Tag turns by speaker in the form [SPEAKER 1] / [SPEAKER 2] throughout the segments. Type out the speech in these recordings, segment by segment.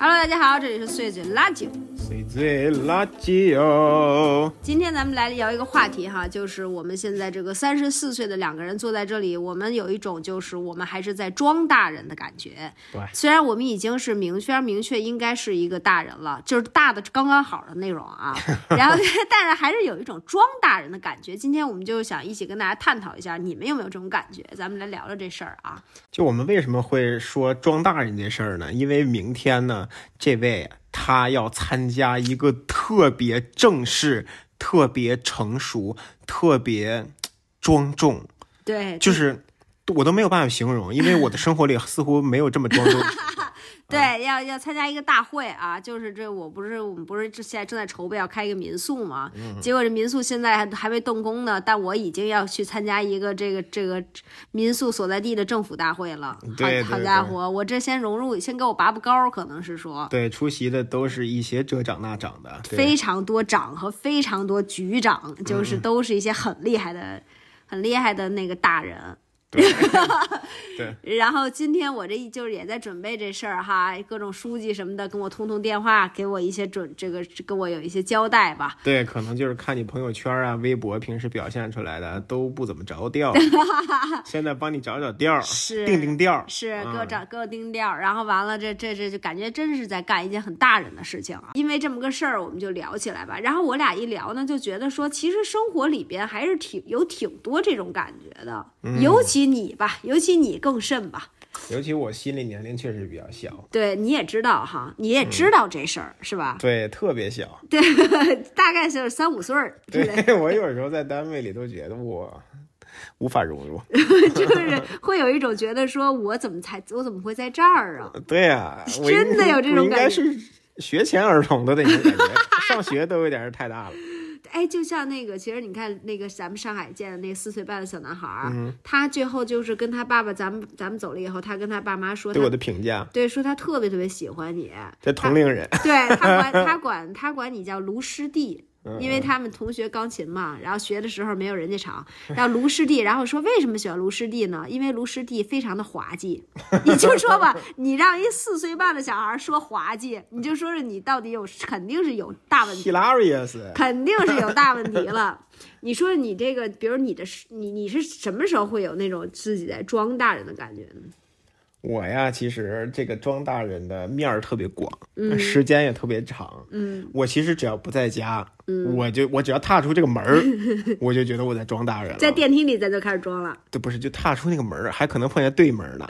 [SPEAKER 1] Hello，大家好，这里是碎嘴拉酒。
[SPEAKER 2] 谁最垃圾哦？
[SPEAKER 1] 今天咱们来聊一个话题哈，就是我们现在这个三十四岁的两个人坐在这里，我们有一种就是我们还是在装大人的感觉。
[SPEAKER 2] 对
[SPEAKER 1] 虽然我们已经是明非常明确应该是一个大人了，就是大的刚刚好的那种啊，然后 但是还是有一种装大人的感觉。今天我们就想一起跟大家探讨一下，你们有没有这种感觉？咱们来聊聊这事儿啊。
[SPEAKER 2] 就我们为什么会说装大人这事儿呢？因为明天呢，这位他要参加一个特别正式、特别成熟、特别嘖庄重，
[SPEAKER 1] 对，
[SPEAKER 2] 就是我都没有办法形容，因为我的生活里似乎没有这么庄重。啊
[SPEAKER 1] 对，要要参加一个大会啊，就是这，我不是我们不是这现在正在筹备要开一个民宿嘛，
[SPEAKER 2] 嗯
[SPEAKER 1] 结果这民宿现在还还没动工呢，但我已经要去参加一个这个这个民宿所在地的政府大会了，
[SPEAKER 2] 对
[SPEAKER 1] 好好
[SPEAKER 2] 对
[SPEAKER 1] 家
[SPEAKER 2] 对
[SPEAKER 1] 伙，我这先融入，先给我拔拔高儿，可能是说。
[SPEAKER 2] 对，出席的都是一些这长那长的，对嗯
[SPEAKER 1] 非常多长和非常多局长，就是都是一些很厉害的、很厉害的那个大人。
[SPEAKER 2] 对对，
[SPEAKER 1] 然后今天我这一就是也在准备这事儿哈，各种书记什么的跟我通通电话，给我一些准这个跟我有一些交代吧。
[SPEAKER 2] 对，可能就是看你朋友圈啊、微博平时表现出来的都不怎么着调， 现在帮你找找调儿，
[SPEAKER 1] 是
[SPEAKER 2] 定定调儿，
[SPEAKER 1] 是
[SPEAKER 2] 嗯
[SPEAKER 1] 给我找给我定调儿，然后完了这这这就感觉真是在干一件很大人的事情啊。因为这么个事儿，我们就聊起来吧。然后我俩一聊呢，就觉得说，其实生活里边还是挺有挺多这种感觉的，尤其你吧，尤其你更甚吧。
[SPEAKER 2] 尤其我心理年龄确实比较小，
[SPEAKER 1] 对，你也知道哈，你也知道这事儿、是吧？
[SPEAKER 2] 对，特别小。
[SPEAKER 1] 对，大概就是三五岁儿之类的。
[SPEAKER 2] 对 我有时候在单位里都觉得我无法融入。
[SPEAKER 1] 就是会有一种觉得说，我怎么才，我怎么会在这儿啊？
[SPEAKER 2] 对呀、我
[SPEAKER 1] 真的
[SPEAKER 2] 应
[SPEAKER 1] 有这
[SPEAKER 2] 我
[SPEAKER 1] 种
[SPEAKER 2] 应
[SPEAKER 1] 感
[SPEAKER 2] 该
[SPEAKER 1] 觉
[SPEAKER 2] 是学前儿童的那种感觉，上学都有点儿太大了。
[SPEAKER 1] 哎，就像那个，其实你看那个咱们上海见的那个四岁半的小男孩儿，
[SPEAKER 2] 嗯
[SPEAKER 1] 他最后就是跟他爸爸，咱们咱们走了以后，他跟他爸妈说
[SPEAKER 2] 对我
[SPEAKER 1] 他，
[SPEAKER 2] 的评价，
[SPEAKER 1] 对，说他特别特别喜欢你，
[SPEAKER 2] 这同 龄人，
[SPEAKER 1] 对他管他管他管你叫卢师 弟。
[SPEAKER 2] 嗯
[SPEAKER 1] 因为他们同学钢琴嘛，然后学的时候没有人家长，然后卢师弟，然后说为什么喜欢卢师弟呢？因为卢师弟非常的滑 稽，你就说吧，你让一四岁半的小孩说滑稽，你就说是你到底有肯定是有大问题
[SPEAKER 2] hilarious，
[SPEAKER 1] 肯定是有大问题了。 你说你这个，比如你的是，你你是什么时候会有那种自己在装大人的感觉
[SPEAKER 2] 嗯
[SPEAKER 1] 呢？
[SPEAKER 2] 我呀，其实这个装大人的面儿特别广，时间也特别长。
[SPEAKER 1] 嗯，
[SPEAKER 2] 我其实只要不在家，我就我只要踏出这个门儿，我就觉得我在装大人 了。
[SPEAKER 1] 在电梯里咱就开始装了，
[SPEAKER 2] 对，不是就踏出那个门儿，还可能碰见对 门儿呢，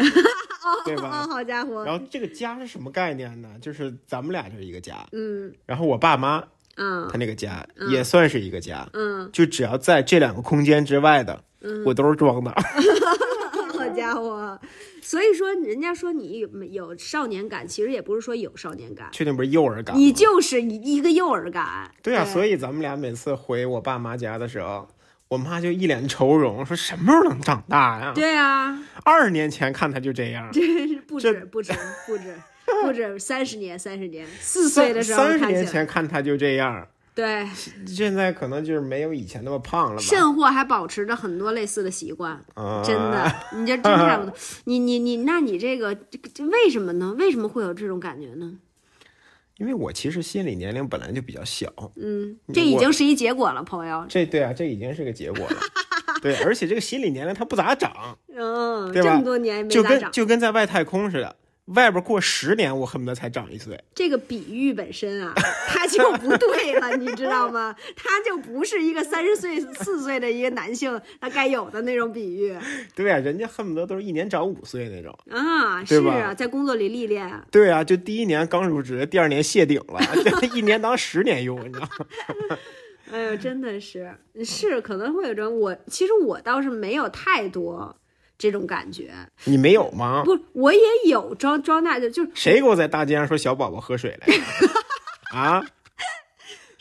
[SPEAKER 2] 对
[SPEAKER 1] 啊、
[SPEAKER 2] 吧？
[SPEAKER 1] 好家伙，
[SPEAKER 2] 然后这个家是什么概念呢？就是咱们俩就是一个家，
[SPEAKER 1] 嗯
[SPEAKER 2] 然后我爸妈
[SPEAKER 1] 嗯
[SPEAKER 2] 他那个家也算是一个家，
[SPEAKER 1] 嗯，
[SPEAKER 2] 就只要在这两个空间之外的，我都是装的。
[SPEAKER 1] 嗯好家伙，所以说人家说你有有少年感，其实也不是说有少年感，
[SPEAKER 2] 确定不是幼儿感吗？
[SPEAKER 1] 你就是一一个幼儿感。
[SPEAKER 2] 嗯对啊，所以咱们俩每次回我爸妈家的时候，我妈就一脸愁容，说什么时候能长大呀？
[SPEAKER 1] 对啊，
[SPEAKER 2] 二年前看他就这样，
[SPEAKER 1] 真是不止不止不 止不止三十年三十年，四岁的时候
[SPEAKER 2] 三十
[SPEAKER 1] 看
[SPEAKER 2] 年
[SPEAKER 1] 起来，
[SPEAKER 2] 前看他就这样，
[SPEAKER 1] 对，
[SPEAKER 2] 现在可能就是没有以前那么胖了吧？
[SPEAKER 1] 甚或还保持着很多类似的习惯。
[SPEAKER 2] 啊，
[SPEAKER 1] 真的， 你这真差不多。你你你，那你这个这个这为什么呢？为什么会有这种感觉呢？
[SPEAKER 2] 因为我其实心理年龄本来就比较小，
[SPEAKER 1] 嗯，这已经是一结果了，朋友。
[SPEAKER 2] 这对啊，这已经是个结果了。对，而且这个心理年龄它不咋长，
[SPEAKER 1] 嗯，
[SPEAKER 2] 对
[SPEAKER 1] 这
[SPEAKER 2] 吧
[SPEAKER 1] 么多年没
[SPEAKER 2] 就
[SPEAKER 1] 咋
[SPEAKER 2] 跟
[SPEAKER 1] 长，
[SPEAKER 2] 就跟在外太空似的，外边过十年，我恨不得才长一岁。
[SPEAKER 1] 这个比喻本身啊， 它就不对了，你知道吗？它就不是一个三十岁、四岁的一个男性他该有的那种比喻
[SPEAKER 2] 对啊，人家恨不得都是一年长五岁那种。
[SPEAKER 1] 啊。是
[SPEAKER 2] 对吧
[SPEAKER 1] 啊，在工作里历练。
[SPEAKER 2] 对啊，就第一年刚入职，第二年谢顶了， 这一年当十年用，你知道吗？
[SPEAKER 1] 哎呦，真的是是可能会有这种我，其实我倒是没有太多这种感觉。
[SPEAKER 2] 你没有吗？
[SPEAKER 1] 不，我也有装装大的，就是
[SPEAKER 2] 谁给我在大街上说小宝宝喝水来着？ 啊，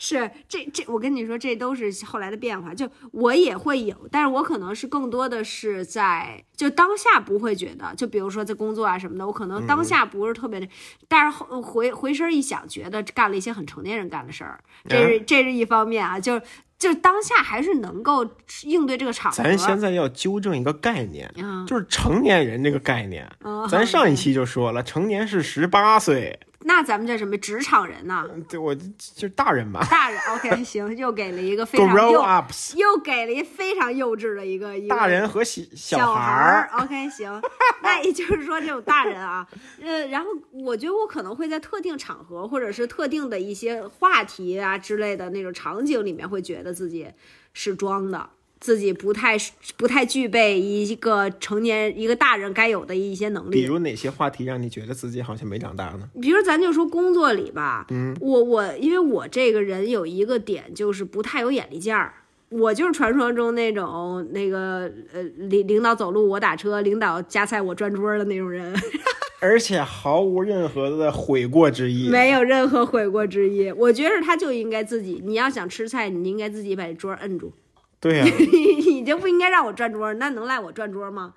[SPEAKER 1] 是这这，我跟你说，这都是后来的变化。就我也会有，但是我可能是更多的是在就当下不会觉得，就比如说在工作啊什么的，我可
[SPEAKER 2] 嗯
[SPEAKER 1] 能当下不是特别的，但是后呃回回身一想，觉得干了一些很成年人干的事儿，这
[SPEAKER 2] 哎
[SPEAKER 1] 是这是一方面啊，就就当下还是能够应对这个场合。
[SPEAKER 2] 咱现在要纠正一个概念，
[SPEAKER 1] 啊，
[SPEAKER 2] 就是成年人这个概念。
[SPEAKER 1] 嗯
[SPEAKER 2] 咱上一期就说了，成年是十八岁，
[SPEAKER 1] 那咱们叫什么职场人呐、
[SPEAKER 2] 对我就是大人嘛
[SPEAKER 1] 大人，OK，行， 又给了一个非常幼
[SPEAKER 2] ，grow up，
[SPEAKER 1] 又给了一非常幼稚的一个一个
[SPEAKER 2] 啊大人和小
[SPEAKER 1] 小
[SPEAKER 2] 孩
[SPEAKER 1] 儿
[SPEAKER 2] 儿，
[SPEAKER 1] ，OK，行， 那也就是说这种大人啊，呃，然后我觉得我可能会在特定场合或者是特定的一些话题啊之类的那种场景里面，会觉得自己是装的，自己不太不太具备一个成年一个大人该有的一些能力。
[SPEAKER 2] 比如哪些话题让你觉得自己好像没长大呢？
[SPEAKER 1] 比如咱就说工作里吧，嗯，我我因为我这个人有一个点就是不太有眼力见儿，我就是传说中那种那个呃领领导走路我打车，领导夹菜我转桌的那种人，
[SPEAKER 2] 而且毫无任何的悔过之意。
[SPEAKER 1] 没有任何悔过之意。我觉着他就应该自己，你要想吃菜，你应该自己把桌摁住，
[SPEAKER 2] 对呀、啊
[SPEAKER 1] 你就不应该让我转桌，那能赖我转桌 吗？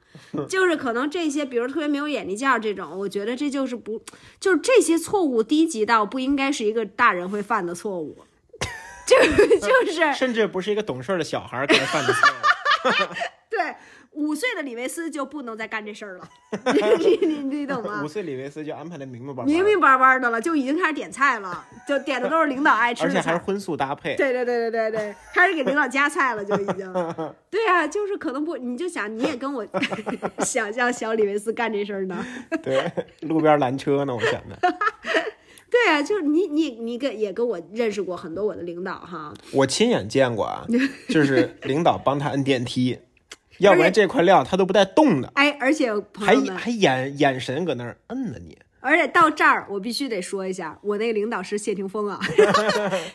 [SPEAKER 1] 就是可能这些，比如特别没有眼力见儿这种，我觉得这就是不，就是这些错误低级到不应该是一个大人会犯的错误， 就就是
[SPEAKER 2] 甚至不是一个懂事儿的小孩儿该犯的错误。
[SPEAKER 1] 对五岁的李维斯就不能再干这事儿了， 你你你懂吗
[SPEAKER 2] 五？岁李维斯就安排的明明白白，
[SPEAKER 1] 明明白白的了，就已经开始点菜了，就点的都是领导爱吃
[SPEAKER 2] 而且
[SPEAKER 1] 的
[SPEAKER 2] 还
[SPEAKER 1] 菜
[SPEAKER 2] 是。荤素搭配。
[SPEAKER 1] 对对对对对对，开始给领导夹菜了，就已 经。对啊，就是可能不，你就想你也跟我 想象小李维斯干这事儿呢。
[SPEAKER 2] 对，路边拦车呢，我想 的。
[SPEAKER 1] 对啊，就是你你你跟也跟我认识过很多我的领导哈，
[SPEAKER 2] 我亲眼见 过啊，就是领导帮他摁电梯，要不然这块料他都不带动的，
[SPEAKER 1] 哎，而且朋
[SPEAKER 2] 还
[SPEAKER 1] 友们，
[SPEAKER 2] 还眼眼神搁那儿摁着你。
[SPEAKER 1] 而且到这儿我必须得说一下，我那个领导是谢霆 锋啊，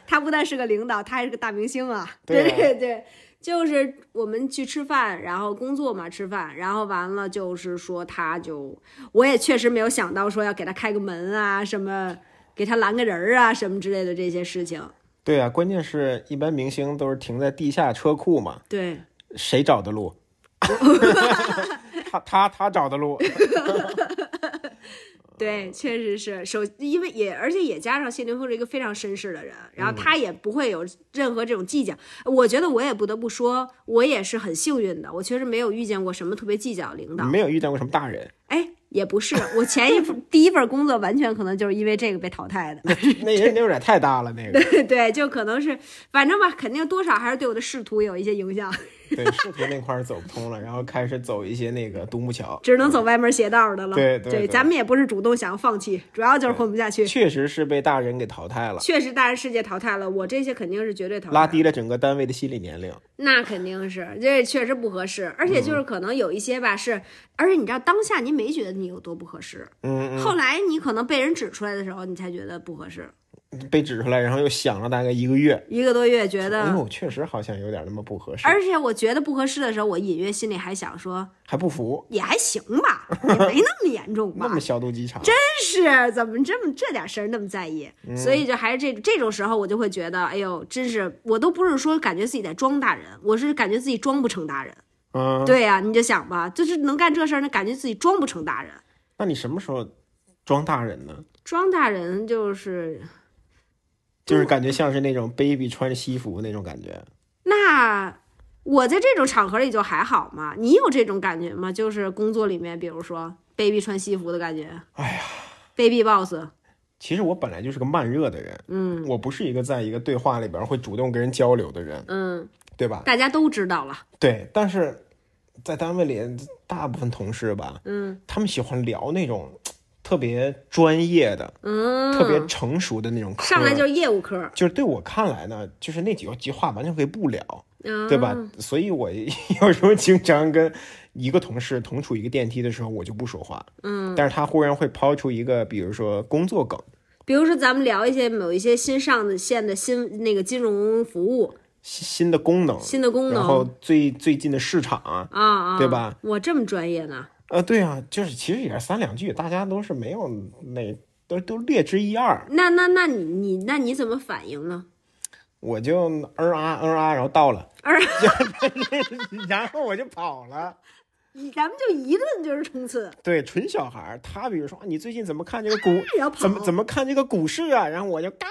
[SPEAKER 1] 他不但是个领导，他还是个大明星啊。
[SPEAKER 2] 对啊
[SPEAKER 1] 对对，就是我们去吃饭，然后工作嘛，吃饭，然后完了就是说他就，我也确实没有想到说要给他开个门啊，什么给他拦个人儿啊，什么之类的这些事情。
[SPEAKER 2] 对啊，关键是一般明星都是停在地下车库嘛，
[SPEAKER 1] 对，
[SPEAKER 2] 谁找 的路？他他他找的路，
[SPEAKER 1] 对，确实是首，因为也而且也加上谢霆锋是一个非常绅士的人，然后
[SPEAKER 2] 嗯
[SPEAKER 1] 他也不会有任何这种计较。我觉得我也不得不说，我也是很幸运的，我确实没有遇见过什么特别计较的领导。
[SPEAKER 2] 没有遇见过什么大人，
[SPEAKER 1] 哎，也不是，我前一 份第一份工作完全可能就是因为这个被淘汰的。
[SPEAKER 2] 那人那有点太大了，那个
[SPEAKER 1] 对，就可能是，反正吧，肯定多少还是对我的仕途有一些影响，
[SPEAKER 2] 对仕途那块儿走不通了，然后开始走一些那个独木桥，
[SPEAKER 1] 只能走歪门邪道的了。
[SPEAKER 2] 嗯对对对
[SPEAKER 1] 咱们也不是主动想要放弃，主要就是混不下去。
[SPEAKER 2] 确实是被大人给淘汰了，
[SPEAKER 1] 确实，大人世界淘汰了，我这些肯定是绝对淘汰。
[SPEAKER 2] 拉低了整个单位的心理年龄。
[SPEAKER 1] 那肯定是，这确实不合适，而且
[SPEAKER 2] 嗯
[SPEAKER 1] 就是可能有一些吧，是，而且你知道当下您没觉得你有多不合适，
[SPEAKER 2] 嗯，
[SPEAKER 1] 后来你可能被人指出来的时候，你才觉得不合适，
[SPEAKER 2] 嗯，被指出来，然后又想了大概一个月，
[SPEAKER 1] 一个多月觉
[SPEAKER 2] 因为
[SPEAKER 1] 得，
[SPEAKER 2] 我确实好像有点那么不合适，
[SPEAKER 1] 而且我觉得不合适的时候，我隐约心里还想说，
[SPEAKER 2] 还不服，
[SPEAKER 1] 也还行吧，也没那么严重吧
[SPEAKER 2] 那，么小肚鸡肠，
[SPEAKER 1] 是怎么这么这点事儿那么在意？
[SPEAKER 2] 嗯
[SPEAKER 1] 所以就还是这这种时候，我就会觉得，哎呦，真是我都不是说感觉自己在装大人，我是感觉自己装不成大人。
[SPEAKER 2] 嗯，
[SPEAKER 1] 对呀、你就想吧，就是能干这事儿，那感觉自己装不成大人。
[SPEAKER 2] 那你什么时候装大人呢？
[SPEAKER 1] 装大人就是
[SPEAKER 2] 就是感觉像是那种 baby 穿着西服那种感觉。
[SPEAKER 1] 那我在这种场合里就还好嘛。你有这种感觉吗？就是工作里面，比如说 baby 穿西服的感觉。
[SPEAKER 2] 哎
[SPEAKER 1] 呀，baby boss，
[SPEAKER 2] 其实我本来就是个慢热的人，
[SPEAKER 1] 嗯
[SPEAKER 2] 我不是一个在一个对话里边会主动跟人交流的人，
[SPEAKER 1] 嗯，
[SPEAKER 2] 对吧？
[SPEAKER 1] 大家都知道了。
[SPEAKER 2] 对，但是在单位里，大部分同事吧，
[SPEAKER 1] 嗯
[SPEAKER 2] 他们喜欢聊那种特别专业的、
[SPEAKER 1] 嗯，
[SPEAKER 2] 特别成熟的那种嗑儿
[SPEAKER 1] 上来就是业务科，
[SPEAKER 2] 就是对我看来呢，就是那几句话完全可以不聊，
[SPEAKER 1] 嗯、
[SPEAKER 2] 对吧？？所以我 有时候经常跟一个同事同处一个电梯的时候，我就不说话，
[SPEAKER 1] 嗯，
[SPEAKER 2] 但是他忽然会抛出一个，比如说工作梗、
[SPEAKER 1] 比如说咱们聊一些某一些新上的线的新那个金融服务
[SPEAKER 2] 新新的功能，
[SPEAKER 1] 新的功
[SPEAKER 2] 然后
[SPEAKER 1] 能
[SPEAKER 2] 最最近的市场啊，
[SPEAKER 1] 啊啊，
[SPEAKER 2] 对吧？
[SPEAKER 1] 我这么专业呢，
[SPEAKER 2] 呃，对啊，就是其实也是三两句，大家都是没有那都都略知一二，
[SPEAKER 1] 那那那你你那你怎么反应呢？
[SPEAKER 2] 我就嗯啊嗯啊，然后到了，
[SPEAKER 1] 嗯
[SPEAKER 2] 然后我就跑了。
[SPEAKER 1] 咱们就一顿就是冲刺，
[SPEAKER 2] 对，纯小孩儿，他比如说啊你最近怎么看这个股，
[SPEAKER 1] 然后跑
[SPEAKER 2] 怎么怎么看这个股市啊？然后我就嘎，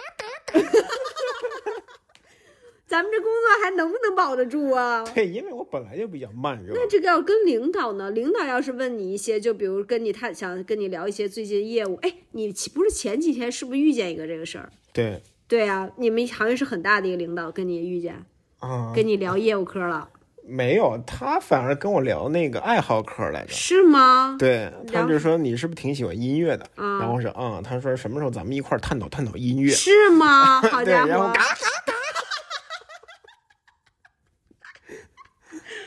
[SPEAKER 1] 咱们这工作还能不能保得住啊？
[SPEAKER 2] 对， 因为我本来就比较慢热，
[SPEAKER 1] 那这个要跟领导呢，领导要是问你一些，就比如跟你他想跟你聊一些最近业务，哎，你其不是前几天是不是遇见一个这个事儿？
[SPEAKER 2] 对
[SPEAKER 1] 对啊，你们好像是很大的一个领导跟你遇见，
[SPEAKER 2] 啊、
[SPEAKER 1] 跟你聊业务嗑了，
[SPEAKER 2] 没有，他反而跟我聊那个爱好课来着。
[SPEAKER 1] 是吗？
[SPEAKER 2] 对，他
[SPEAKER 1] 嗯然后嗯
[SPEAKER 2] 就说你是不是挺喜欢音乐的？然后我说啊、他说什么时候咱们一块儿探讨探讨音乐？
[SPEAKER 1] 是 吗？好
[SPEAKER 2] 对，
[SPEAKER 1] 家
[SPEAKER 2] 然后
[SPEAKER 1] 伙
[SPEAKER 2] 嘎，嘎 嘎，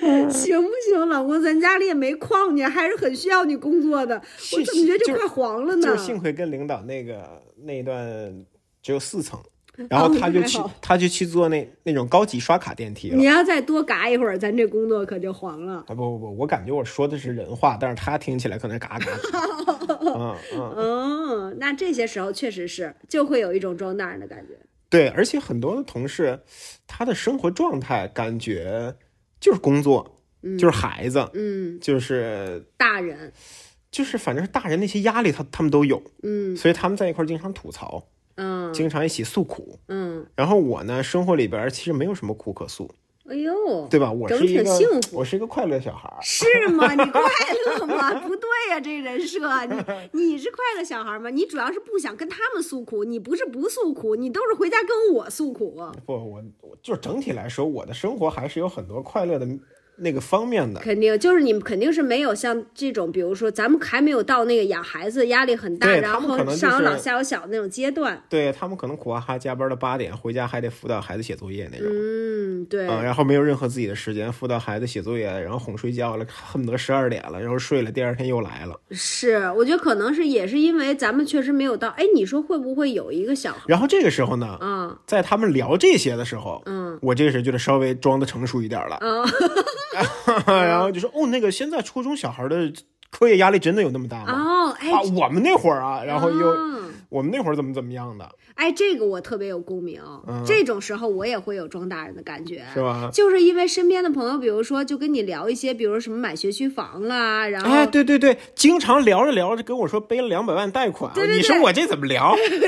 [SPEAKER 2] 嗯
[SPEAKER 1] 行不行，老公？咱家里也没矿，你还是很需要你工作的。我怎么觉得这
[SPEAKER 2] 就
[SPEAKER 1] 快黄了
[SPEAKER 2] 就
[SPEAKER 1] 呢
[SPEAKER 2] 是？幸亏跟领导那个那一段只有四层，然后他就去、
[SPEAKER 1] 嗯还好
[SPEAKER 2] 他就去坐那那种高级刷卡电梯了
[SPEAKER 1] 你。要再多嘎一会儿，咱这工作可就黄了。
[SPEAKER 2] 啊不不不，我感觉我说的是人话，但是他听起来可能是嘎嘎的。 嗯嗯，
[SPEAKER 1] 哦，那这些时候确实是就会有一种装大人的感觉。
[SPEAKER 2] 对，而且很多的同事，他的生活状态感觉就是工作，就是孩子，
[SPEAKER 1] 嗯，
[SPEAKER 2] 就是
[SPEAKER 1] 大人，
[SPEAKER 2] 就是反正是大人那些压力他他们都有，
[SPEAKER 1] 嗯
[SPEAKER 2] 所以他们在一块儿经常吐槽，
[SPEAKER 1] 嗯
[SPEAKER 2] 经常一起诉苦。
[SPEAKER 1] 嗯，
[SPEAKER 2] 然后我呢，生活里边儿其实没有什么苦可诉，
[SPEAKER 1] 哎呦，
[SPEAKER 2] 对吧？我
[SPEAKER 1] 整
[SPEAKER 2] 是一
[SPEAKER 1] 挺
[SPEAKER 2] 个
[SPEAKER 1] 幸福
[SPEAKER 2] 我是一个快乐小孩儿。
[SPEAKER 1] 是吗？你快乐吗？不对呀、这人设，你 你是快乐小孩吗？你主要是不想跟他们诉苦，你不是不诉苦，你都是回家跟我诉苦。
[SPEAKER 2] 不，我我就是整体来说，我的生活还是有很多快乐的那个方面的。
[SPEAKER 1] 肯定就是你们肯定是没有像这种，比如说咱们还没有到那个养孩子压力很大，
[SPEAKER 2] 对
[SPEAKER 1] 然
[SPEAKER 2] 他们
[SPEAKER 1] 后
[SPEAKER 2] 可能就
[SPEAKER 1] 上有老
[SPEAKER 2] 是
[SPEAKER 1] 下有小的那种阶段。
[SPEAKER 2] 对他们可能苦哈哈加班到八点，回家还得辅导孩子写作业那种。
[SPEAKER 1] 嗯，对，
[SPEAKER 2] 啊、然后没有任何自己的时间，辅导孩子写作业，然后哄睡觉了，恨不得十二点了，然后睡了，第二天又来了。
[SPEAKER 1] 是，我觉得可能是也是因为咱们确实没有到，哎，你说会不会有一个小孩？
[SPEAKER 2] 然后这个时候呢，
[SPEAKER 1] 啊、
[SPEAKER 2] 在他们聊这些的时候，
[SPEAKER 1] 嗯，
[SPEAKER 2] 我这个时候就得稍微装的成熟一点了，
[SPEAKER 1] 嗯
[SPEAKER 2] 然后就说，哦，那个现在初中小孩的课业压力真的有那么大吗？
[SPEAKER 1] 哦，哎，
[SPEAKER 2] 啊，我们那会儿啊，然后又、
[SPEAKER 1] 嗯
[SPEAKER 2] 我们那会儿怎么怎么样的，
[SPEAKER 1] 哎，这个我特别有共鸣。
[SPEAKER 2] 嗯
[SPEAKER 1] 这种时候我也会有装大人的感觉，
[SPEAKER 2] 是吧？
[SPEAKER 1] 就是因为身边的朋友，比如说就跟你聊一些，比如什么买学区房啦，然后、
[SPEAKER 2] 哎， 对对对，经常聊着聊着跟我说背了两百万贷款，
[SPEAKER 1] 对对对
[SPEAKER 2] 你说我这怎么聊？
[SPEAKER 1] 对，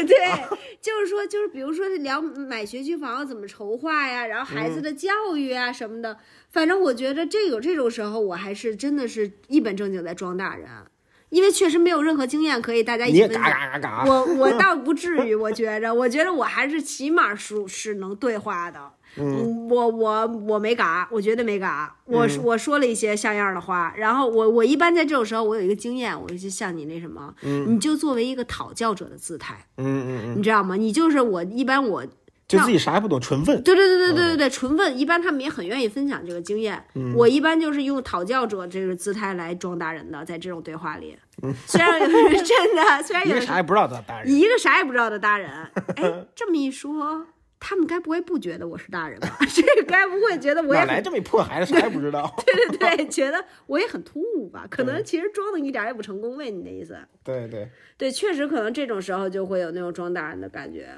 [SPEAKER 1] 就是说，就是比如说聊买学区房怎么筹划呀，然后孩
[SPEAKER 2] 嗯
[SPEAKER 1] 子的教育啊什么的，反正我觉得这有这种时候，我还是真的是一本正经在装大人，因为确实没有任何经验可以大家一
[SPEAKER 2] 你
[SPEAKER 1] 起
[SPEAKER 2] 也
[SPEAKER 1] 分
[SPEAKER 2] 嘎
[SPEAKER 1] 享。
[SPEAKER 2] 嘎嘎嘎。
[SPEAKER 1] 哎我我倒不至于，我觉着，我觉着我还是起码是是能对话的。嗯，我我我没嘎，我绝对没嘎，我、我说了一些像样的话，然后我我一般在这种时候，我有一个经验，我就像你那什么，你就作为一个讨教者的姿态，
[SPEAKER 2] 嗯嗯嗯，
[SPEAKER 1] 你知道吗？你就是我一般我
[SPEAKER 2] 就自己啥也不懂，纯问。
[SPEAKER 1] 对对对对对对对，纯问，一般他们也很愿意分享这个经验。我一般就是用讨教者这个姿态来装大人的，在这种对话里，虽然有真的，虽然
[SPEAKER 2] 一
[SPEAKER 1] 有
[SPEAKER 2] 个啥也不知道的大人，
[SPEAKER 1] 一个啥也不知道的大人， 哎，这么一说，他们该不会不觉得我是大人吧？ 这个该不会觉得我也
[SPEAKER 2] 哪
[SPEAKER 1] 很
[SPEAKER 2] 来这么一破孩子，啥也不知道。
[SPEAKER 1] 对对对，觉得我也很突兀吧？可
[SPEAKER 2] 嗯
[SPEAKER 1] 能其实装的一点儿也不成功呗，你的意思？
[SPEAKER 2] 对对，
[SPEAKER 1] 对，确实可能这种时候就会有那种装大人的感觉。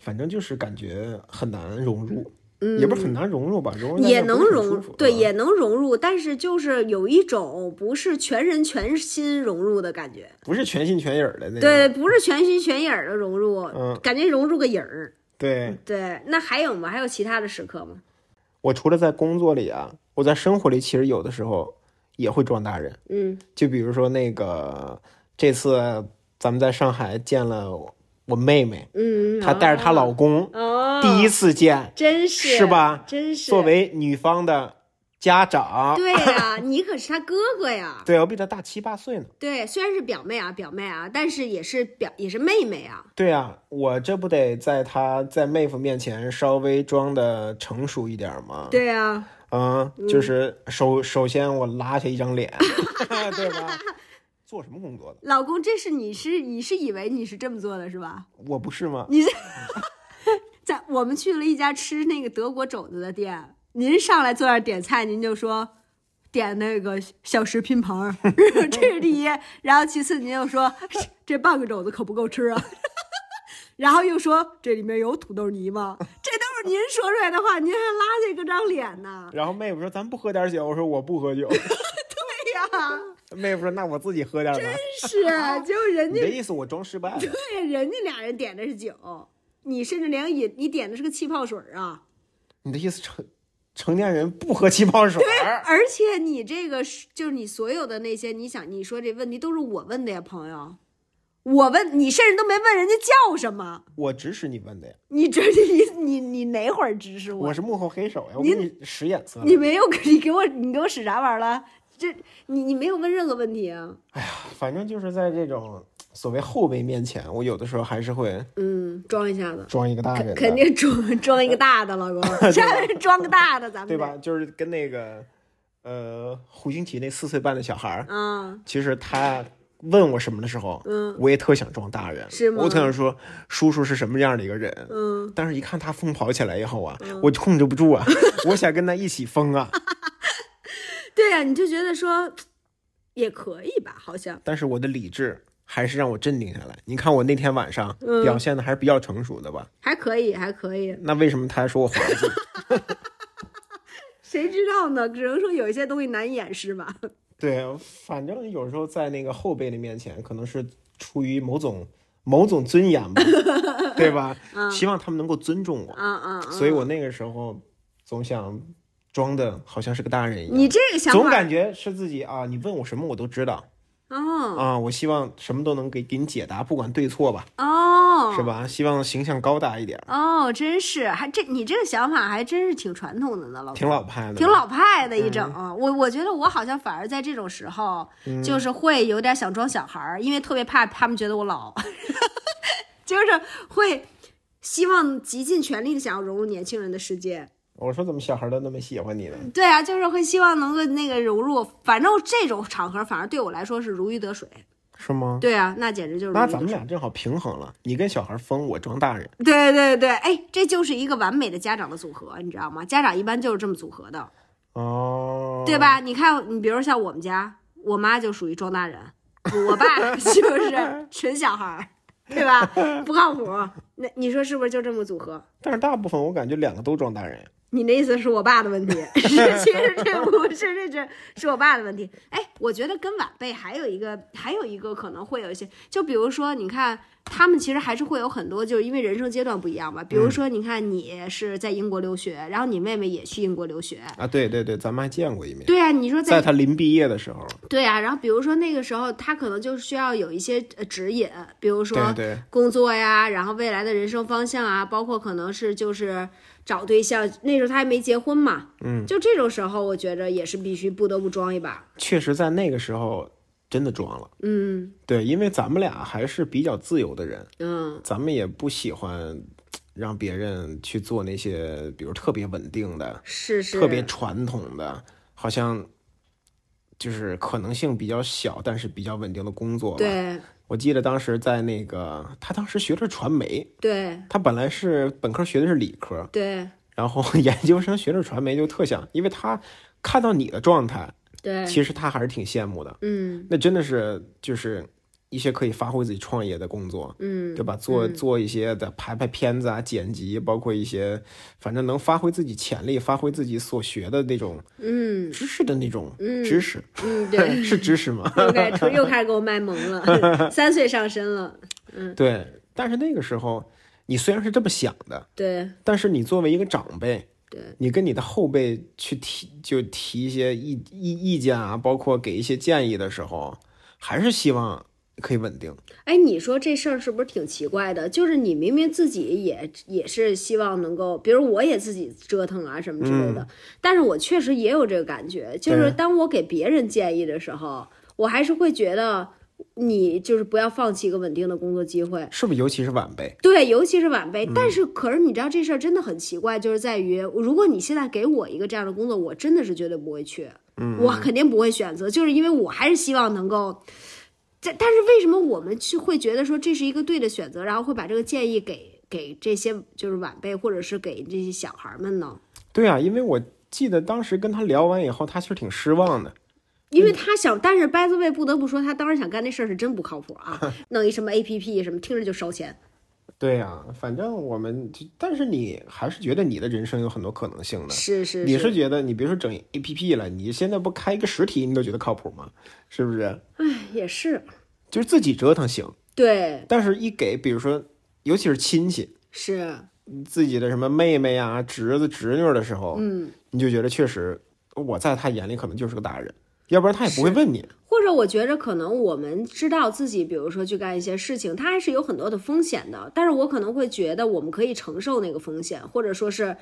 [SPEAKER 2] 反正就是感觉很难融入，也不是很难融入吧，融入
[SPEAKER 1] 嗯也能融
[SPEAKER 2] 入，
[SPEAKER 1] 对，也能融入，但是就是有一种不是全人全心融入的感觉，
[SPEAKER 2] 不是全心全意儿的那种。
[SPEAKER 1] 对，不是全心全意儿的融入，
[SPEAKER 2] 嗯
[SPEAKER 1] 感觉融入个影儿。
[SPEAKER 2] 对，
[SPEAKER 1] 对，那还有吗？还有其他的时刻吗？
[SPEAKER 2] 我除了在工作里啊，我在生活里其实有的时候也会装大人，
[SPEAKER 1] 嗯
[SPEAKER 2] 就比如说那个这次咱们在上海见了我妹妹，
[SPEAKER 1] 嗯，
[SPEAKER 2] 她带着她老公
[SPEAKER 1] 哦，
[SPEAKER 2] 第一次见，
[SPEAKER 1] 真是
[SPEAKER 2] 是吧
[SPEAKER 1] 真是
[SPEAKER 2] 作为女方的家长，
[SPEAKER 1] 对呀、你可是他哥哥呀，
[SPEAKER 2] 对我比她大七八岁呢。
[SPEAKER 1] 对，虽然是表妹啊，表妹啊，但是也是表也是妹妹啊，
[SPEAKER 2] 对啊，我这不得在他在妹夫面前稍微装的成熟一点吗？
[SPEAKER 1] 对啊，
[SPEAKER 2] 嗯，就是首首先我拉下一张脸， 对吧？做什么工作的？
[SPEAKER 1] 老公，这是你是你是以为你是这么做的是吧？
[SPEAKER 2] 我不是吗？
[SPEAKER 1] 你在在我们去了一家吃那个德国肘子的店，您上来坐那儿点菜，您就说点那个小食拼盘儿，这是第一。然后其次您又说这半个肘子可不够吃啊， 然后又说这里面有土豆泥吗？这都是您说出来的话，您还拉这个张脸 呢？
[SPEAKER 2] 然后妹夫说咱不喝点酒，我说我不喝酒。
[SPEAKER 1] 对呀，
[SPEAKER 2] 妹夫说那我自己喝点吧。
[SPEAKER 1] 真是，结果人
[SPEAKER 2] 你
[SPEAKER 1] 家
[SPEAKER 2] 的意思我装失败了？
[SPEAKER 1] 对人家俩人点的是酒，你甚至连也你点的是个气泡水儿啊。
[SPEAKER 2] 你的意思成成年人不喝气泡水儿？
[SPEAKER 1] 而且你这个是，就是你所有的那些，你想你说这问题都是我问的呀，朋友，我问你，甚至都没问人家叫什么，
[SPEAKER 2] 我指使你问的呀，
[SPEAKER 1] 你这你你你哪会儿指使
[SPEAKER 2] 我是幕后黑手呀，我给你使眼色了。
[SPEAKER 1] 你没有给，你给我你给我使啥玩意儿了？这你你没有问任何问题啊？
[SPEAKER 2] 哎呀，反正就是在这种所谓后辈面前，我有的时候还是会
[SPEAKER 1] 嗯，装一下子，
[SPEAKER 2] 装一个大人的，
[SPEAKER 1] 肯定装装一个大的， 老公，这 装个大的，咱们
[SPEAKER 2] 对
[SPEAKER 1] 得
[SPEAKER 2] 吧？？就是跟那个呃胡军奇那四岁半的小孩儿，
[SPEAKER 1] 啊，
[SPEAKER 2] 其实他问我什么的时候，
[SPEAKER 1] 嗯
[SPEAKER 2] 我也特想装大人，
[SPEAKER 1] 是吗
[SPEAKER 2] 我特想说叔叔是什么样的一个人，
[SPEAKER 1] 嗯，
[SPEAKER 2] 但是一看他疯跑起来以后啊，我就控制不住啊， 我想跟他一起疯啊，
[SPEAKER 1] 对呀、啊你就觉得说也可以吧，好像
[SPEAKER 2] 但是我的理智。还是让我镇定下来。你看我那天晚上
[SPEAKER 1] 嗯
[SPEAKER 2] 表现的还是比较成熟的吧？
[SPEAKER 1] 还可以，还可以。
[SPEAKER 2] 那为什么他还说我滑稽？
[SPEAKER 1] 谁知道呢？只能说有一些东西难以掩饰吧。
[SPEAKER 2] 对，反正有时候在那个后辈的面前，可能是出于某种某种尊严吧，对吧？希望他们能够尊重我，
[SPEAKER 1] 啊啊啊！
[SPEAKER 2] 所以我那个时候总想装的好像是个大人一
[SPEAKER 1] 你
[SPEAKER 2] 样，
[SPEAKER 1] 这个想
[SPEAKER 2] 总
[SPEAKER 1] 法
[SPEAKER 2] 感觉是自己啊，你问我什么我都知道
[SPEAKER 1] 哦
[SPEAKER 2] 啊，我希望什么都能给给你解答，不管对错吧，
[SPEAKER 1] 哦
[SPEAKER 2] 是吧？希望形象高大一点儿，
[SPEAKER 1] 哦，真是还这你这个想法还真是挺传统的呢，老公
[SPEAKER 2] 挺老派的，
[SPEAKER 1] 嗯
[SPEAKER 2] 嗯
[SPEAKER 1] 挺。老派的一整啊。我我觉得我好像反而在这种时候，就是会有点想装小孩儿，因为特别怕他们觉得我老， 就是会希望极尽全力的想要融入年轻人的世界。
[SPEAKER 2] 我说怎么小孩儿都那么喜欢你呢？
[SPEAKER 1] 对啊，就是会希望能够那个融入，反正这种场合反而对我来说是如鱼得水。
[SPEAKER 2] 是吗？
[SPEAKER 1] 对啊，那简直就是如
[SPEAKER 2] 那
[SPEAKER 1] 鱼
[SPEAKER 2] 咱
[SPEAKER 1] 得
[SPEAKER 2] 们
[SPEAKER 1] 水。
[SPEAKER 2] 俩正好平衡了，你跟小孩儿疯，我装大人。
[SPEAKER 1] 对对对，哎，这就是一个完美的家长的组合，你知道吗？家长一般就是这么组合的，
[SPEAKER 2] 哦，
[SPEAKER 1] 对？吧？你看，你比如像我们家，我妈就属于装大人，我爸 就是纯小孩儿，对吧？不靠谱。那你说是不是就这么组合？
[SPEAKER 2] 但是大部分我感觉两个都装大人，
[SPEAKER 1] 你的意思是我爸的问 题，其实这不是，这这是我爸的问题。哎，我觉得跟晚辈还有一个，还有一个可能会有一些，就比如说，你看他们其实还是会有很多，就是因为人生阶段不一样吧。比如
[SPEAKER 2] 嗯
[SPEAKER 1] 说，你看你是在英国留学，然后你妹妹也去英国留学。
[SPEAKER 2] 啊，对对对，咱们还见过一面，
[SPEAKER 1] 对啊，你说
[SPEAKER 2] 在他临毕业的时候，
[SPEAKER 1] 对啊，然后比如说那个时候，他可能就需要有一些呃指引，比如说
[SPEAKER 2] 对对
[SPEAKER 1] 工作呀，然后未来的人生方向啊，包括可能是就是找对象，那时候他还没结婚嘛，嗯，就这种时候，我觉着也是必须不得不装一把，
[SPEAKER 2] 确实在那个时候真的装了，
[SPEAKER 1] 嗯
[SPEAKER 2] 对，因为咱们俩还是比较自由的人，
[SPEAKER 1] 嗯，
[SPEAKER 2] 咱们也不喜欢让别人去做那些，比如特别稳定的、
[SPEAKER 1] 是是，
[SPEAKER 2] 特别传统的，好像就是可能性比较小，但是比较稳定的工作吧。
[SPEAKER 1] 对
[SPEAKER 2] 我记得当时在那个，他当时学的是传媒，
[SPEAKER 1] 对
[SPEAKER 2] 他本来是本科学的是理科，
[SPEAKER 1] 对
[SPEAKER 2] 然后 研究生学着传媒就特想，因为他看到你的状态，
[SPEAKER 1] 对，
[SPEAKER 2] 其实他还是挺羡慕的。
[SPEAKER 1] 嗯
[SPEAKER 2] 那真的是就是一些可以发挥自己创业的工作，
[SPEAKER 1] 嗯
[SPEAKER 2] 对吧？做做一些的排排片子啊、剪辑，包括一些反正能发挥自己潜力、发挥自己所学的那种
[SPEAKER 1] 嗯
[SPEAKER 2] 知识的那种
[SPEAKER 1] 嗯
[SPEAKER 2] 知识，
[SPEAKER 1] 嗯，对，
[SPEAKER 2] 是知识吗？
[SPEAKER 1] 又开 始又开始给我卖萌了，三岁上身了，嗯
[SPEAKER 2] 对。但是那个时候，你虽然是这么想的，
[SPEAKER 1] 对
[SPEAKER 2] 但是你作为一个长辈，
[SPEAKER 1] 对，
[SPEAKER 2] 你跟你的后辈去提，就提一些意意意见啊，包括给一些建议的时候，还是希望可以稳定。
[SPEAKER 1] 哎，你说这事儿是不是挺奇怪的？就是你明明自己也也是希望能够，比如我也自己折腾啊什么之类的，但是我确实也有这个感觉，就是
[SPEAKER 2] 对
[SPEAKER 1] 当我给别人建议的时候，我还是会觉得你就是不要放弃一个稳定的工作机会。
[SPEAKER 2] 是不是？尤其是晚辈，
[SPEAKER 1] 对，尤其是晚辈，但是可是你知道这事儿真的很奇怪，就是在于如果你现在给我一个这样的工作，我真的是绝对不会去，我肯定不会选择，就是因为我还是希望能够。这但是为什么我们去会觉得说这是一个对的选择，然后会把这个建议给给这些就是晚辈或者是给这些小孩儿们呢？
[SPEAKER 2] 对啊，因为我记得当时跟他聊完以后，他其实挺失望的。
[SPEAKER 1] 因为他想，但是 by the way 不得不说，他当时想干那事儿是真不靠谱啊，弄一什么 A P P 什么，听着就烧钱。
[SPEAKER 2] 对呀、反正我们就，但是你还是觉得你的人生有很多可能性的。
[SPEAKER 1] 是是
[SPEAKER 2] 你是觉得你别说整 A P P 了，你现在不开一个实体，你都觉得靠谱吗？是不是？
[SPEAKER 1] 哎，也是，
[SPEAKER 2] 就是自己折腾行，
[SPEAKER 1] 对，
[SPEAKER 2] 但是一给，比如说，尤其是亲戚，
[SPEAKER 1] 是，
[SPEAKER 2] 自己的什么妹妹啊、侄子、侄女的时候，
[SPEAKER 1] 嗯，
[SPEAKER 2] 你就觉得确实我在他眼里可能就是个大人，要不然他也不会问你。
[SPEAKER 1] 或者我觉着可能我们知道自己，比如说去干一些事情，它还是有很多的风险的。但是我可能会觉得我们可以承受那个风险，或者说是，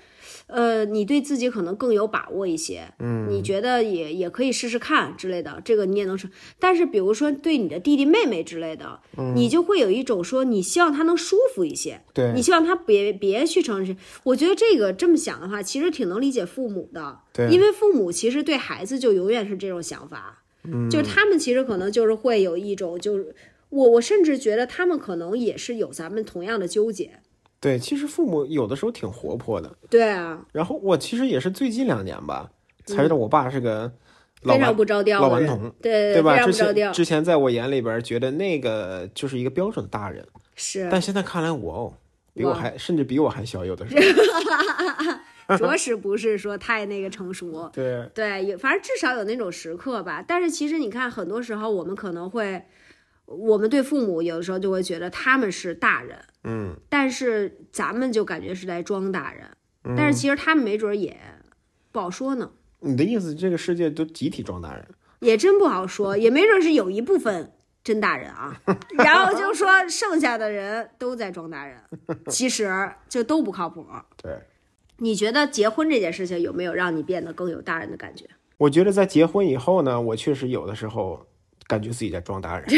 [SPEAKER 1] 呃，你对自己可能更有把握一些，嗯，你觉得也也可以试试看之类的，这个你也能承。但是比如说对你的弟弟妹妹之类的，你就会有一种说你希望他能舒服一些，
[SPEAKER 2] 对
[SPEAKER 1] 你希望他别别去承认。我觉得这个这么想的话，其实挺能理解父母的，
[SPEAKER 2] 对
[SPEAKER 1] 因为父母其实对孩子就永远是这种想法，
[SPEAKER 2] 嗯
[SPEAKER 1] 就他们其实可能就是会有一种就是。我我甚至觉得他们可能也是有咱们同样的纠结，
[SPEAKER 2] 对，其实父母有的时候挺活泼的。
[SPEAKER 1] 对啊，
[SPEAKER 2] 然后我其实也是最近两年吧，才知道我爸是个
[SPEAKER 1] 嗯
[SPEAKER 2] 老
[SPEAKER 1] 非常
[SPEAKER 2] 顽
[SPEAKER 1] 不着调
[SPEAKER 2] 老
[SPEAKER 1] 的
[SPEAKER 2] 顽
[SPEAKER 1] 人，
[SPEAKER 2] 童，
[SPEAKER 1] 对
[SPEAKER 2] 对吧？
[SPEAKER 1] 非常
[SPEAKER 2] 之
[SPEAKER 1] 不着
[SPEAKER 2] 前
[SPEAKER 1] 调，
[SPEAKER 2] 之前在我眼里边觉得那个就是一个标准的大人，
[SPEAKER 1] 是
[SPEAKER 2] 但现在看来我哦，比我
[SPEAKER 1] 哇
[SPEAKER 2] 还甚至比我还小，有的时 候。
[SPEAKER 1] 着实不是说太那个成熟，
[SPEAKER 2] 对，
[SPEAKER 1] 对，有反正至少有那种时刻吧。但是其实你看，很多时候我们可能会，我们对父母有的时候就会觉得他们是大人，
[SPEAKER 2] 嗯，
[SPEAKER 1] 但是咱们就感觉是在装大人，但是其实他们没准儿也不好说呢，
[SPEAKER 2] 你的意思，这个世界都集体装大人？
[SPEAKER 1] 也真不好说，也没准儿是有一部分。真大人啊，然后就说剩下的人都在装大人，其实就都不靠谱。
[SPEAKER 2] 对，
[SPEAKER 1] 你觉得结婚这件事情有没有让你变得更有大人的感觉？
[SPEAKER 2] 我觉得在结婚以后呢，我确实有的时候感觉自己在装大 人。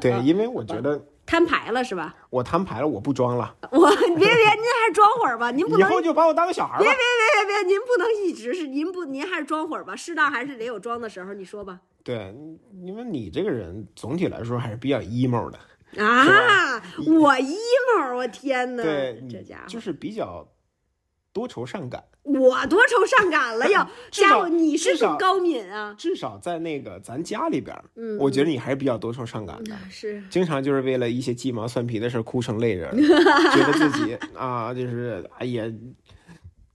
[SPEAKER 2] 对，因为我觉得
[SPEAKER 1] 摊牌了是吧？
[SPEAKER 2] 我摊牌了，我不装了，
[SPEAKER 1] 我别别，您还是装会儿吧，您啊不
[SPEAKER 2] 以
[SPEAKER 1] 能
[SPEAKER 2] 后
[SPEAKER 1] 别
[SPEAKER 2] 就把我当个小孩儿吧。
[SPEAKER 1] 别别，您不能一直是您不您还是装会儿吧，适当还是得有装的时候，你说吧。
[SPEAKER 2] 对，因为你这个人总体来说还是比较 emo 的，
[SPEAKER 1] 啊，我 emo，我天哪，
[SPEAKER 2] 对，
[SPEAKER 1] 这
[SPEAKER 2] 你
[SPEAKER 1] 家伙，
[SPEAKER 2] 就是比较多愁善感。，
[SPEAKER 1] 我多愁善感了哟
[SPEAKER 2] 至少
[SPEAKER 1] 家伙，你是
[SPEAKER 2] 至少
[SPEAKER 1] 个高敏啊，
[SPEAKER 2] 至少在那个咱家里边儿，
[SPEAKER 1] 嗯
[SPEAKER 2] 我觉得你还是比较多愁善感的。
[SPEAKER 1] 是
[SPEAKER 2] 经常 就是为了一些鸡毛蒜皮的事儿哭成泪人儿，觉得自己啊，就是哎呀，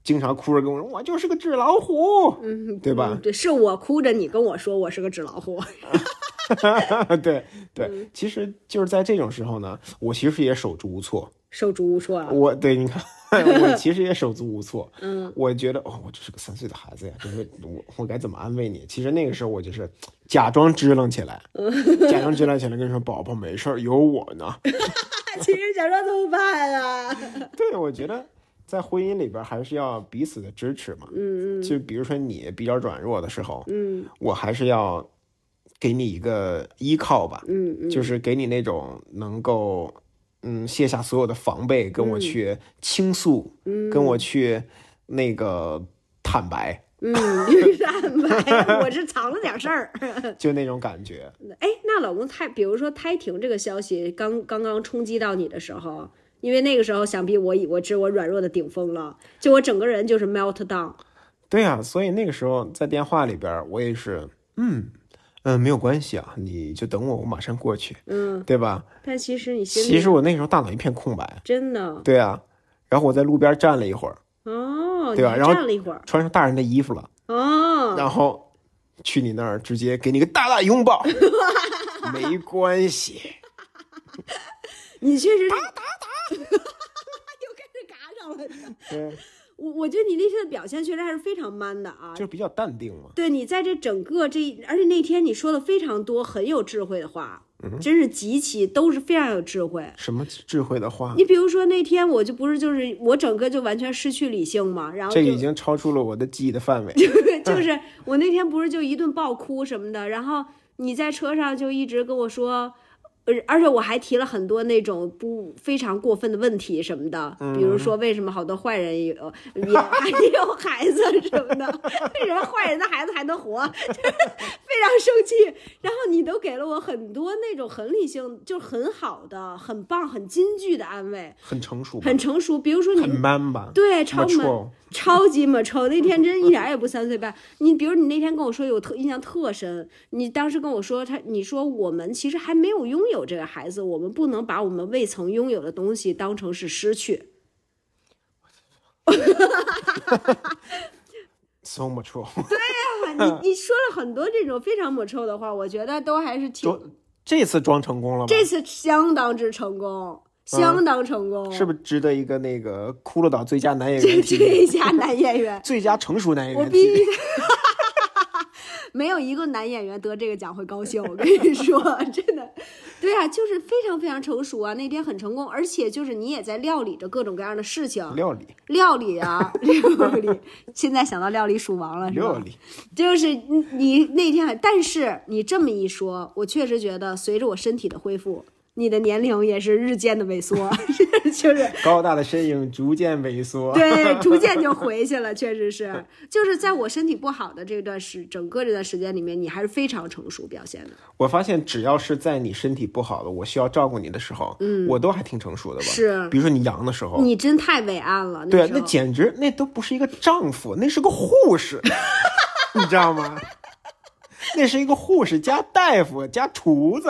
[SPEAKER 2] 经常哭着跟我说我就是个纸老虎，嗯，对吧
[SPEAKER 1] 嗯？对，是我哭着你跟我说我是个纸老虎，
[SPEAKER 2] 对对，其实就是在这种时候呢，我其实也手足无措。
[SPEAKER 1] 手足无措啊，
[SPEAKER 2] 我对你看，我其实也手足无措。
[SPEAKER 1] 嗯，
[SPEAKER 2] 我觉得哦，我只是个三岁的孩子呀，就是我我该怎么安慰你？其实那个时候我就是假装支棱起来，假装支棱起来，跟你说宝宝没事儿，有我呢。
[SPEAKER 1] 其实想说怎么办啊？
[SPEAKER 2] 对，我觉得在婚姻里边还是要彼此的支持嘛。
[SPEAKER 1] 嗯嗯
[SPEAKER 2] 就比如说你比较软弱的时候，
[SPEAKER 1] 嗯
[SPEAKER 2] 我还是要给你一个依靠吧，
[SPEAKER 1] 嗯嗯，
[SPEAKER 2] 就是给你那种能够嗯卸下所有的防备，跟
[SPEAKER 1] 嗯
[SPEAKER 2] 我去倾诉，跟我去那个坦白，
[SPEAKER 1] 嗯， 坦白，我是藏了点事儿。
[SPEAKER 2] 就那种感觉。
[SPEAKER 1] 哎，那老公胎，比如说胎停这个消息刚刚刚冲击到你的时候，因为那个时候想必我以我知我软弱的顶峰了，就我整个人就是 melt down。
[SPEAKER 2] 对啊，所以那个时候在电话里边儿，我也是，嗯嗯，没有关系啊，你就等我，我马上过去，
[SPEAKER 1] 嗯，
[SPEAKER 2] 对吧？
[SPEAKER 1] 但其实你心里
[SPEAKER 2] 其实我那时候大脑一片空白，
[SPEAKER 1] 真的
[SPEAKER 2] 对啊，然后我在路边站了一会儿，
[SPEAKER 1] 哦，
[SPEAKER 2] 对吧啊
[SPEAKER 1] 你
[SPEAKER 2] 然后
[SPEAKER 1] 站了一会儿
[SPEAKER 2] 穿上大人的衣服了，
[SPEAKER 1] 哦，
[SPEAKER 2] 然后去你那儿直接给你个大大拥抱， 没关系，
[SPEAKER 1] 你确实打打打， 又开始嘎上了。
[SPEAKER 2] 对，
[SPEAKER 1] 我我觉得你那天的表现确实还是非常 man 的啊，
[SPEAKER 2] 就是比较淡定嘛。
[SPEAKER 1] 对你在这整个这，而且那天你说的非常多很有智慧的话，
[SPEAKER 2] 嗯
[SPEAKER 1] 真是极其都是非常有智慧。
[SPEAKER 2] 什么智慧的话，
[SPEAKER 1] 你比如说那天我就不是就是我整个就完全失去理性嘛，然后
[SPEAKER 2] 这
[SPEAKER 1] 就
[SPEAKER 2] 个 已经嗯超出了我的记忆的范围。
[SPEAKER 1] 就是我那天不是就一顿暴哭什么的，然后你在车上就一直跟我说。呃而且我还提了很多那种不非常过分的问题什么的，比如
[SPEAKER 2] 嗯
[SPEAKER 1] 说为什么好多坏人也有也 还有孩子什么的，为什么坏人的孩子还能活， 就是非常生气。然后你都给了我很多那种很理性，就是很好的、很棒、很金句的安慰，
[SPEAKER 2] 很成熟吧，
[SPEAKER 1] 很成熟。比如说你
[SPEAKER 2] 很 man 吧，
[SPEAKER 1] 对，超
[SPEAKER 2] mature
[SPEAKER 1] 萌，超级 m a 那天真一点儿也不三岁半。你比如你那天跟我说有特印象特深，你当时跟我说他，你说我们其实还没有拥有这个孩子，我们不能把我们未曾拥有的东西当成是失去。
[SPEAKER 2] ，so mature。
[SPEAKER 1] 哇啊
[SPEAKER 2] 嗯
[SPEAKER 1] 你你说了很多这种非常 m a 的话，我觉得都还是挺
[SPEAKER 2] 装这次装成功了吗？
[SPEAKER 1] 这次相当之成功。相当成功，
[SPEAKER 2] 嗯是不是值得一个那个骷髅岛最佳男演
[SPEAKER 1] 这
[SPEAKER 2] 员
[SPEAKER 1] 这
[SPEAKER 2] 提
[SPEAKER 1] 一
[SPEAKER 2] 名？
[SPEAKER 1] 下男演员，
[SPEAKER 2] 最佳成熟男演
[SPEAKER 1] 我
[SPEAKER 2] 员
[SPEAKER 1] 必
[SPEAKER 2] 提
[SPEAKER 1] 须
[SPEAKER 2] 名。
[SPEAKER 1] 没有一个男演员得这个奖会高兴，我跟你说，真的，对啊，就是非常非常成熟啊，那天很成功，而且就是你也在料理着各种各样的事情，
[SPEAKER 2] 料理，
[SPEAKER 1] 料理啊， 料理，现在想到料理鼠王了，是吧
[SPEAKER 2] 料理，
[SPEAKER 1] 就是你你那天还，但是你这么一说，我确实觉得随着我身体的恢复，你的年龄也是日渐的萎缩， 就是
[SPEAKER 2] 高大的身影逐渐萎缩。
[SPEAKER 1] 对，逐渐就回去了，确实是，就是在我身体不好的这段时，整个这段时间里面，你还是非常成熟表现的，
[SPEAKER 2] 我发现只要是在你身体不好了，我需要照顾你的时候，嗯，我都还挺成熟的吧？
[SPEAKER 1] 是
[SPEAKER 2] 比如说你阳的时候，
[SPEAKER 1] 你真太伟岸了，
[SPEAKER 2] 哦对啊，
[SPEAKER 1] 时
[SPEAKER 2] 那
[SPEAKER 1] 候
[SPEAKER 2] 简直那都不是一个丈夫，那是个 护士，你知道吗？那是一个护士加大夫加厨子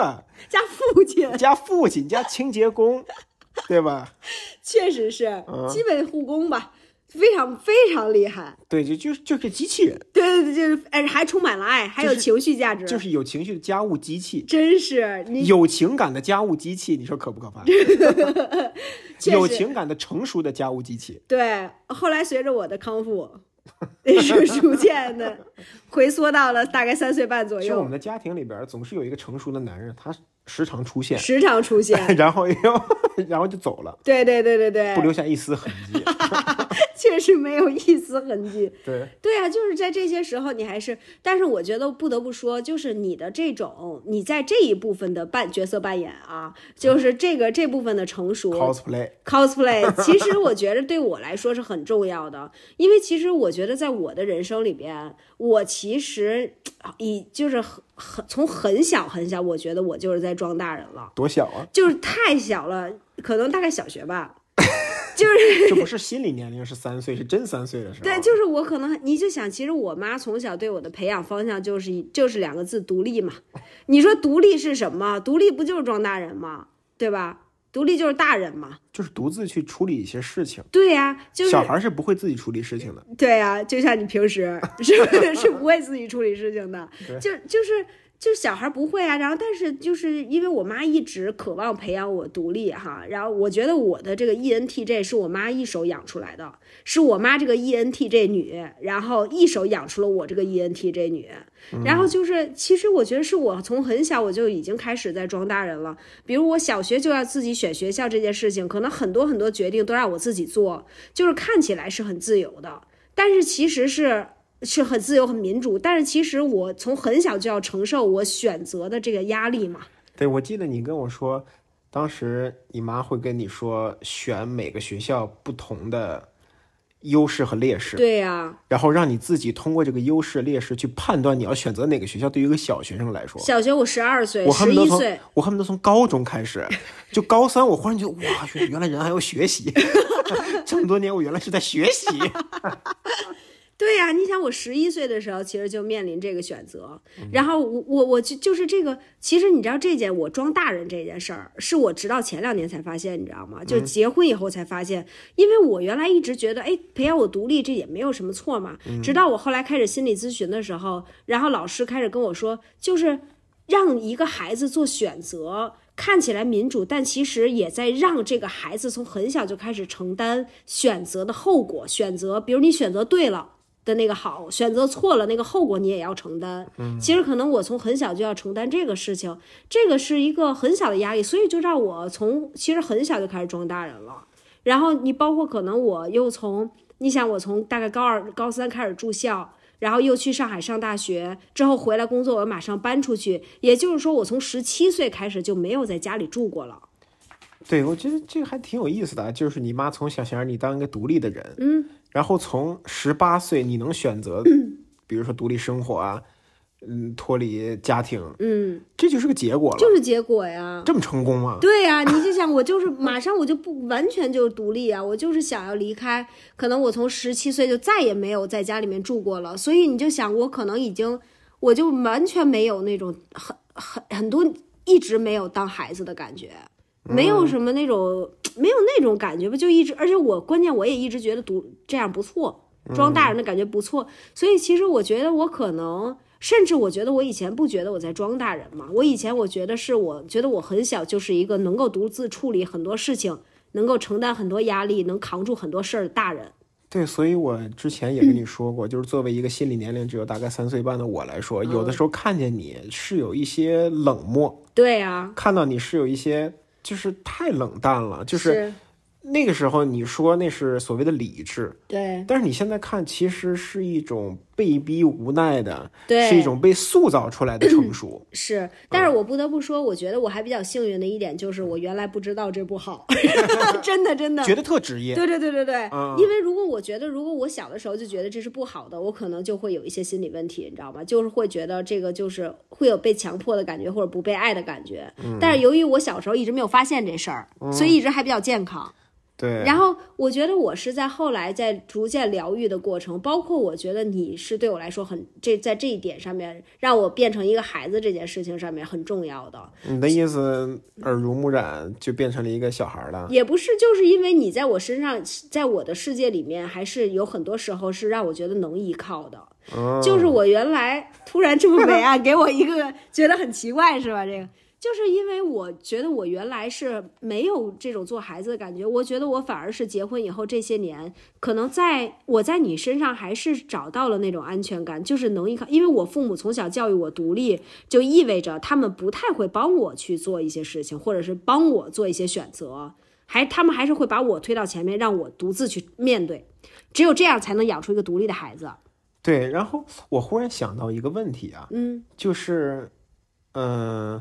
[SPEAKER 1] 加父亲，
[SPEAKER 2] 加父亲加清洁工，对吧？
[SPEAKER 1] 确实是
[SPEAKER 2] 嗯
[SPEAKER 1] 基本护工吧，非常非常厉害，
[SPEAKER 2] 对，就就就是机器人，
[SPEAKER 1] 对对对，就是哎，还充满了爱，还有
[SPEAKER 2] 就是
[SPEAKER 1] 情绪价值，
[SPEAKER 2] 就是有情绪的家务机器，
[SPEAKER 1] 真是你
[SPEAKER 2] 有情感的家务机器，你说可不可怕？
[SPEAKER 1] 确
[SPEAKER 2] 有
[SPEAKER 1] 实
[SPEAKER 2] 情感的成熟的家务机器，
[SPEAKER 1] 对，后来随着我的康复， 也是逐渐 的回缩到了大概三岁半左
[SPEAKER 2] 其实我
[SPEAKER 1] 右，
[SPEAKER 2] 们的家庭里边儿总是有一个成熟的男人，他时常出现，
[SPEAKER 1] 时常出现。
[SPEAKER 2] 然后又 然后就走了，
[SPEAKER 1] 对对对对对，
[SPEAKER 2] 不留下一丝痕迹。
[SPEAKER 1] 确实没有一丝痕迹。
[SPEAKER 2] 对，
[SPEAKER 1] 对啊，就是在这些时候，你还是，但是我觉得不得不说，就是你的这种，你在这一部分的扮角色扮演啊，就是这个这部分的成熟
[SPEAKER 2] cosplay，
[SPEAKER 1] cosplay，其实我觉得对我来说是很重要的，因为其实我觉得在我的人生里边，我其实已就是很很从很小很小，我觉得我就是在装大人了，
[SPEAKER 2] 多小啊！
[SPEAKER 1] 就是太小了，可能大概小学吧， 就是
[SPEAKER 2] 这不是心理年龄是三岁，是真三岁的时候。啊
[SPEAKER 1] 对，就是我可能你就想，其实我妈从小对我的培养方向就是一就是两个字独立 嘛。你说独立是什么？独立不就是装大人吗？对吧？独立就是大人嘛。
[SPEAKER 2] 就是独自去处理一些事情。
[SPEAKER 1] 对呀、就是
[SPEAKER 2] 小孩儿是不会自己处理事情的，
[SPEAKER 1] 对呀、就像你平时是不是是不会自己处理事情的
[SPEAKER 2] 对，
[SPEAKER 1] 就就是就小孩不会啊。然后但是就是因为我妈一直渴望培养我独立哈，然后我觉得我的这个 E ENTJ 是我妈一手养出来的，是我妈这个 E ENTJ 女，然后一手养出了我这个 E ENTJ 女。
[SPEAKER 2] 嗯
[SPEAKER 1] 然后就是其实我觉得是我从很小我就已经开始在装大人了，比如我小学就要自己选学校这件事情，可能很多很多决定都让我自己做，就是看起来是很自由的。但是其实是是很自由、很民主，但是其实我从很小就要承受我选择的这个压力嘛。
[SPEAKER 2] 对，我记得你跟我说，当时你妈会跟你说选每个学校不同的优势和劣势，
[SPEAKER 1] 对呀、啊
[SPEAKER 2] 然后让你自己通过这个优势劣势去判断你要选择哪个学校。对于一个小学生来说，
[SPEAKER 1] 小学我十二岁，
[SPEAKER 2] 我恨
[SPEAKER 1] 十
[SPEAKER 2] 不得
[SPEAKER 1] 一
[SPEAKER 2] 从
[SPEAKER 1] 岁，
[SPEAKER 2] 我恨不得从高中开始，就高三，我忽然觉得哇，原原来人还要学习， 这么多年我原来是在学习。
[SPEAKER 1] 对呀、你想我十一岁的时候，其实就面临这个选择，然后我我我就就是这个，其实你知道这件我装大人这件事儿，是我直到前两年才发现，你知道吗？就结婚以后才发现，因为我原来一直觉得，哎，培养我独立这也没有什么错嘛。直到我后来开始心理咨询的时候，然后老师开始跟我说，就是让一个孩子做选择。看起来民主，但其实也在让这个孩子从很小就开始承担选择的后果。选择，比如你选择对了，的那个好，选择错了那个后果你也要承担。其实可能我从很小就要承担这个事情，这个是一个很小的压力，所以就让我从其实很小就开始装大人了。然后你包括可能我又从，你想我从大概高二、高三开始住校。然后又去上海上大学，之后回来工作，我马上搬出去，也就是说，我从十七岁开始就没有在家里住过了。
[SPEAKER 2] 对，我觉得这个还挺有意思的啊，就是你妈从小想让你当一个独立的人，嗯，然后从十八岁你能选择，
[SPEAKER 1] 嗯
[SPEAKER 2] 比如说独立生活啊，嗯，脱离家庭，
[SPEAKER 1] 嗯，
[SPEAKER 2] 这就是个结果了，
[SPEAKER 1] 就是结果呀。
[SPEAKER 2] 这么成功啊吗？
[SPEAKER 1] 对呀、你就想我就是马上我就不完全就独立啊，我就是想要离开。可能我从十七岁就再也没有在家里面住过了，所以你就想我可能已经我就完全没有那种很很很多一直没有当孩子的感觉，没有什么那种没有那种感觉吧，就一直而且我关键我也一直觉得独这样不错，装大人的感觉不错，所以其实我觉得我可能。甚至我觉得我以前不觉得我在装大人嘛，我以前我觉得是我觉得我很小就是一个能够独自处理很多事情，能够承担很多压力，能扛住很多事儿的大人。
[SPEAKER 2] 对，所以我之前也跟你说过，就是作为一个心理年龄只有大概三岁半的我来说，
[SPEAKER 1] 嗯
[SPEAKER 2] 有的时候看见你是有一些冷漠，
[SPEAKER 1] 对啊，
[SPEAKER 2] 看到你是有一些就是太冷淡了，就是
[SPEAKER 1] 是
[SPEAKER 2] 那个时候你说那是所谓的理智，
[SPEAKER 1] 对
[SPEAKER 2] 但是你现在看其实是一种被逼无奈的，
[SPEAKER 1] 对，嗯
[SPEAKER 2] 是一种被塑造出来的成熟。
[SPEAKER 1] 是，但是我不得不说，我觉得我还比较幸运的一点就是，我原来不知道这不 好，真的真的。
[SPEAKER 2] 觉得特职业，
[SPEAKER 1] 对对对对对，
[SPEAKER 2] 嗯
[SPEAKER 1] 因为如果我觉得，如果我小的时候就觉得这是不好的，我可能就会有一些心理问题，你知道吗？就是会觉得这个就是会有被强迫的感觉，或者不被爱的感觉。
[SPEAKER 2] 嗯
[SPEAKER 1] 但是由于我小时候一直没有发现这事儿，所以一直还比较健康。
[SPEAKER 2] 对，
[SPEAKER 1] 然后我觉得我是在后来在逐渐疗愈的过程，包括我觉得你是对我来说很这在这一点上面，让我变成一个孩子这件事情上面很重要的，
[SPEAKER 2] 你的意思耳濡目染就变成了一个小孩儿了。
[SPEAKER 1] 也不是就是因为你在我身上，在我的世界里面，还是有很多时候是让我觉得能依靠的。就是我原来突然这么美啊，给我一个觉得很奇怪是吧？这个就是因为我觉得我原来是没有这种做孩子的感觉，我觉得我反而是结婚以后这些年，可能在我在你身上还是找到了那种安全感，就是能依靠，因为我父母从小教育我独立，就意味着他们不太会帮我去做一些事情，或者是帮我做一些选择。还他们还是会把我推到前面，让我独自去面对，只有这样才能养出一个独立的孩子。
[SPEAKER 2] 对，然后我忽然想到一个问题啊，
[SPEAKER 1] 嗯，
[SPEAKER 2] 就是，嗯，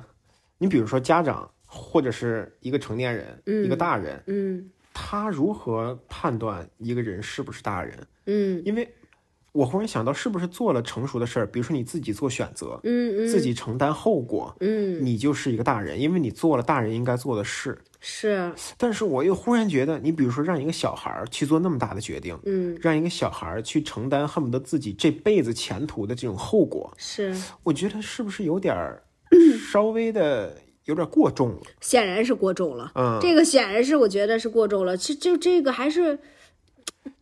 [SPEAKER 2] 你比如说家长或者是一个成年人，一个大人，
[SPEAKER 1] 嗯
[SPEAKER 2] 他如何判断一个人是不是大人？
[SPEAKER 1] 嗯
[SPEAKER 2] 因为我忽然想到，是不是做了成熟的事儿，比如说你自己做选择，
[SPEAKER 1] 嗯嗯，
[SPEAKER 2] 自己承担后果，
[SPEAKER 1] 嗯
[SPEAKER 2] 你就是一个大人，因为你做了大人应该做的事。
[SPEAKER 1] 是
[SPEAKER 2] 但是我又忽然觉得，你比如说让一个小孩儿去做那么大的决定，
[SPEAKER 1] 嗯
[SPEAKER 2] 让一个小孩儿去承担恨不得自己这辈子前途的这种后果，
[SPEAKER 1] 是，
[SPEAKER 2] 我觉得是不是有 点儿稍微的有点过重了？
[SPEAKER 1] 显然是过重了。
[SPEAKER 2] 嗯，
[SPEAKER 1] 这个显然是我觉得是过重了，这就这个还是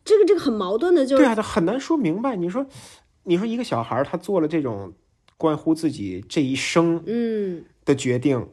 [SPEAKER 1] 这个这个很矛盾的，就
[SPEAKER 2] 对
[SPEAKER 1] 是
[SPEAKER 2] 啊，他很难说明白。你说，你说一个小孩儿他做了这种关乎自己这一生
[SPEAKER 1] 嗯，
[SPEAKER 2] 的决定，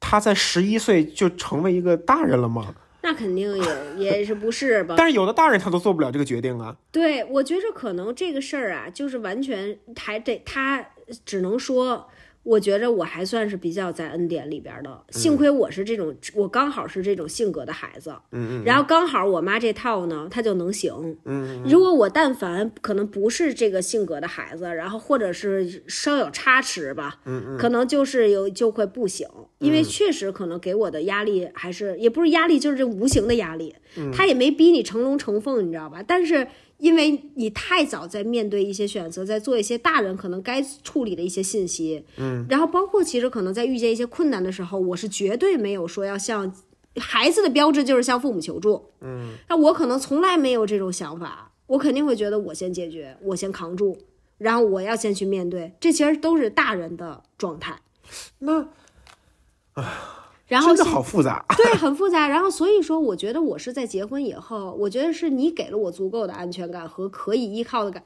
[SPEAKER 2] 他在十一岁就成为一个大人了吗？
[SPEAKER 1] 那肯定也也是不是吧？
[SPEAKER 2] 但是有的大人他都做不了这个决定啊。
[SPEAKER 1] 对，我觉着可能这个事儿啊，就是完全还得他只能说。我觉着我还算是比较在恩典里边儿
[SPEAKER 2] 嗯
[SPEAKER 1] 的，幸亏我是这种，我刚好是这种性格的孩子，
[SPEAKER 2] 嗯嗯
[SPEAKER 1] 然后刚好我妈这套呢，她就能行。
[SPEAKER 2] 嗯，
[SPEAKER 1] 如果我但凡可能不是这个性格的孩子，然后或者是稍有差池吧，
[SPEAKER 2] 嗯
[SPEAKER 1] 可能就是有就会不行，因为确实可能给我的压力还是也不是压力，就是这无形的压力，他也没逼你成龙成凤，你知道吧？但是因为你太早在面对一些选择，在做一些大人可能该处理的一些信息，嗯，然后包括其实可能在遇见一些困难的时候，我是绝对没有说要向孩子的标志就是向父母求助，嗯，那我可能从来没有这种想法，我肯定会觉得我先解决，我先扛住，然后我要先去面对，这其实都是大人的状态。
[SPEAKER 2] 那
[SPEAKER 1] 然后
[SPEAKER 2] 真的
[SPEAKER 1] 现
[SPEAKER 2] 好复杂。啊
[SPEAKER 1] 对，很复杂。然后所以说，我觉得我是在结婚以后，我觉得是你给了我足够的安全感和可以依靠的感。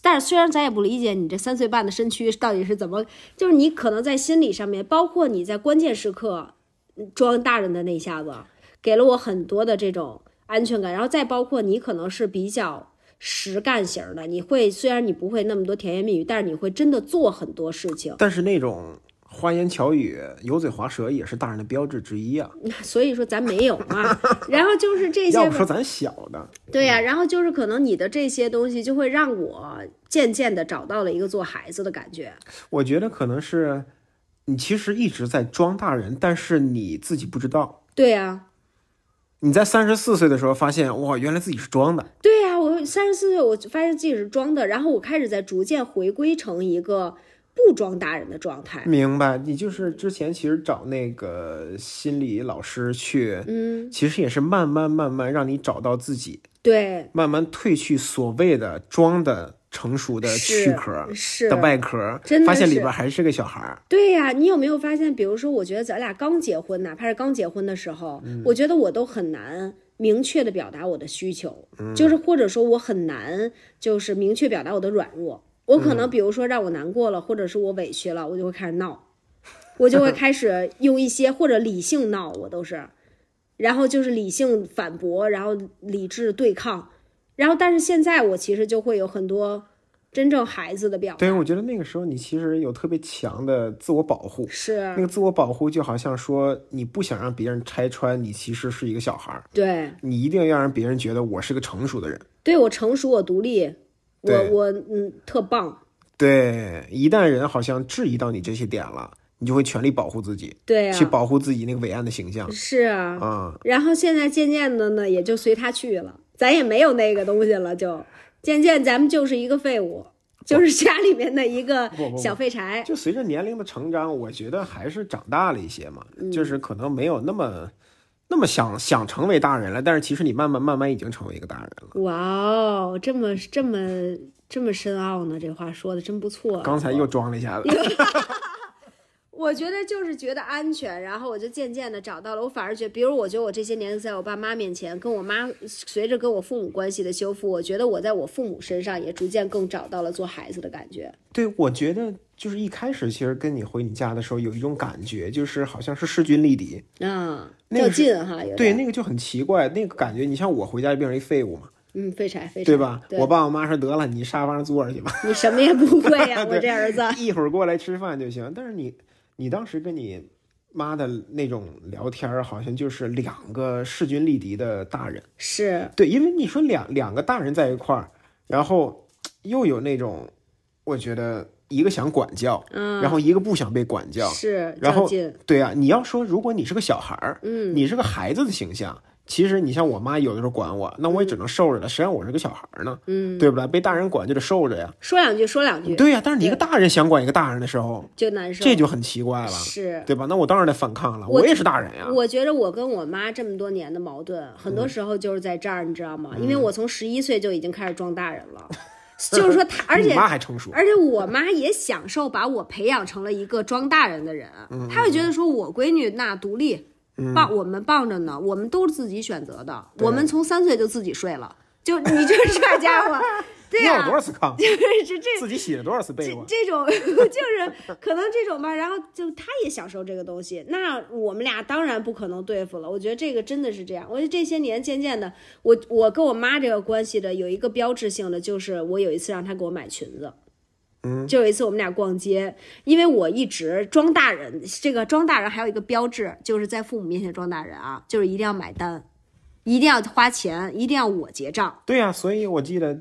[SPEAKER 1] 但是虽然咱也不理解你这三岁半的身躯到底是怎么，就是你可能在心理上面，包括你在关键时刻嗯装大人的那一下子，给了我很多的这种安全感。然后再包括你可能是比较。实干型儿的，你会虽然你不会那么多甜言蜜语，但是你会真的做很多事情。
[SPEAKER 2] 但是那种花言巧语、油嘴滑舌也是大人的标志之一啊。
[SPEAKER 1] 所以说咱没有嘛。然后就是这些吧，
[SPEAKER 2] 要不说咱小的，
[SPEAKER 1] 对呀、然后就是可能你的这些东西就会让我渐渐的找到了一个做孩子的感觉。
[SPEAKER 2] 我觉得可能是你其实一直在装大人，但是你自己不知道。
[SPEAKER 1] 对呀、
[SPEAKER 2] 你在三十四岁的时候发现，哇，原来自己是装的。
[SPEAKER 1] 对呀、我三十四岁，我发现自己是装的，然后我开始在逐渐回归成一个不装大人的状态。
[SPEAKER 2] 明白，你就是之前其实找那个心理老师去，
[SPEAKER 1] 嗯，
[SPEAKER 2] 其实也是慢慢慢慢让你找到自己，
[SPEAKER 1] 对，
[SPEAKER 2] 慢慢褪去所谓的装的成熟的躯
[SPEAKER 1] 是
[SPEAKER 2] 壳
[SPEAKER 1] 是
[SPEAKER 2] 的外壳
[SPEAKER 1] 真，的
[SPEAKER 2] 发现里
[SPEAKER 1] 是
[SPEAKER 2] 边还是个小孩儿。
[SPEAKER 1] 对呀、你有没有发现？比如说，我觉得咱俩刚结婚，哪怕是刚结婚的时候，我觉得我都很难明确的表达我的需求，就是或者说我很难就是明确表达我的软弱。我可能比如说让我难过了，或者是我委屈了，我就会开始闹，我就会开始用一些或者理性闹，我都是，然后就是理性反驳，然后理智对抗，然后但是现在我其实就会有很多真正孩子的表
[SPEAKER 2] 对，
[SPEAKER 1] 达，
[SPEAKER 2] 我觉得那个时候你其实有特别强的自我保护，
[SPEAKER 1] 是
[SPEAKER 2] 那个自我保护就好像说你不想让别人拆穿你其实是一个小孩儿，
[SPEAKER 1] 对。
[SPEAKER 2] 你一定要让别人觉得我是个成熟的人。
[SPEAKER 1] 对我成熟，我独立，我
[SPEAKER 2] 对
[SPEAKER 1] 我嗯特棒，
[SPEAKER 2] 对，一旦人好像质疑到你这些点了，你就会全力保护自己，
[SPEAKER 1] 对啊
[SPEAKER 2] 去，保护自己那个伟岸的形象
[SPEAKER 1] 是啊。
[SPEAKER 2] 啊、
[SPEAKER 1] 然后现在渐渐的呢，也就随他去了，咱也没有那个东西了，就渐渐咱们就是一个废物，就是家里面的一个
[SPEAKER 2] 不不不
[SPEAKER 1] 小废柴。
[SPEAKER 2] 就随着年龄的成长，我觉得还是长大了一些嘛，
[SPEAKER 1] 嗯
[SPEAKER 2] 就是可能没有那么那么想想成为大人了，但是其实你慢慢慢慢已经成为一个大人了。
[SPEAKER 1] 哇哦，这么这么这么深奥呢？这话说的真不错。啊
[SPEAKER 2] 刚才又装了一下子，
[SPEAKER 1] 我觉得就是觉得安全，然后我就渐渐的找到了。我反而觉得，比如我觉得我这些年在我爸妈面前，跟我妈随着跟我父母关系的修复，我觉得我在我父母身上也逐渐更找到了做孩子的感觉。
[SPEAKER 2] 对，我觉得就是一开始其实跟你回你家的时候有一种感觉，就是好像是势均力敌，
[SPEAKER 1] 啊，
[SPEAKER 2] 那个
[SPEAKER 1] 较
[SPEAKER 2] 是
[SPEAKER 1] 劲哈，有
[SPEAKER 2] 对，
[SPEAKER 1] 点
[SPEAKER 2] 那个就很奇怪，那个感觉，你像我回家就变成一废物嘛，
[SPEAKER 1] 嗯，废柴废柴，
[SPEAKER 2] 对吧？
[SPEAKER 1] 对
[SPEAKER 2] 我爸我妈说得了，你沙发上坐着去吧，
[SPEAKER 1] 你什么也不会 呀、我这儿子。
[SPEAKER 2] 一会儿过来吃饭就行。但是你，你当时跟你妈的那种聊天儿，好像就是两个势均力敌的大人，
[SPEAKER 1] 是，
[SPEAKER 2] 对，因为你说两两个大人在一块儿，然后又有那种，我觉得一个想管教，
[SPEAKER 1] 嗯，
[SPEAKER 2] 然后一个不想被管教，
[SPEAKER 1] 是
[SPEAKER 2] 然后
[SPEAKER 1] 较劲，
[SPEAKER 2] 对啊，你要说如果你是个小孩儿，
[SPEAKER 1] 嗯，
[SPEAKER 2] 你是个孩子的形象，其实你像我妈有的时候管我，那我也只能受着了，谁让我是个小孩儿呢？
[SPEAKER 1] 嗯，
[SPEAKER 2] 对不对？被大人管就得受着呀。
[SPEAKER 1] 说两句说两句
[SPEAKER 2] 对呀、但是你一个大人想管一个大人的时候，
[SPEAKER 1] 就难受，
[SPEAKER 2] 这就很奇怪了，
[SPEAKER 1] 是。
[SPEAKER 2] 对吧？那我当然得反抗了，
[SPEAKER 1] 我
[SPEAKER 2] 我也是大人呀。
[SPEAKER 1] 我觉得我跟我妈这么多年的矛盾，很
[SPEAKER 2] 嗯
[SPEAKER 1] 多时候就是在这儿，你知道吗？因为我从十一岁就已经开始装大人 了，就是说她，而
[SPEAKER 2] 比你
[SPEAKER 1] 且
[SPEAKER 2] 妈还成熟，
[SPEAKER 1] 而且我妈也享受把我培养成了一个装大人的人，
[SPEAKER 2] 嗯
[SPEAKER 1] 她会觉得说我闺女那独立，棒我们棒着呢，我们都是自己选择的，我们从三岁就自己睡了，就你就是这家 伙，对
[SPEAKER 2] 尿
[SPEAKER 1] 呀、
[SPEAKER 2] 了 多少次炕，
[SPEAKER 1] 这这
[SPEAKER 2] 自己洗了多少次被
[SPEAKER 1] 这
[SPEAKER 2] 窝，
[SPEAKER 1] 这种 就是可能这种吧，然后就他也享受这个东西，那我们俩当然不可能对付了。我觉得这个真的是这样。我觉得这些年渐渐的，我我跟我妈这个关系的有一个标志性的就是，我有一次让她给我买裙子。嗯，就有一次我们俩逛街，因为我一直装大人，这个装大人还有一个标志，就是在父母面前装大人啊，就是一定要买单，一定要花钱，一定要我结账。
[SPEAKER 2] 对呀、所以我记得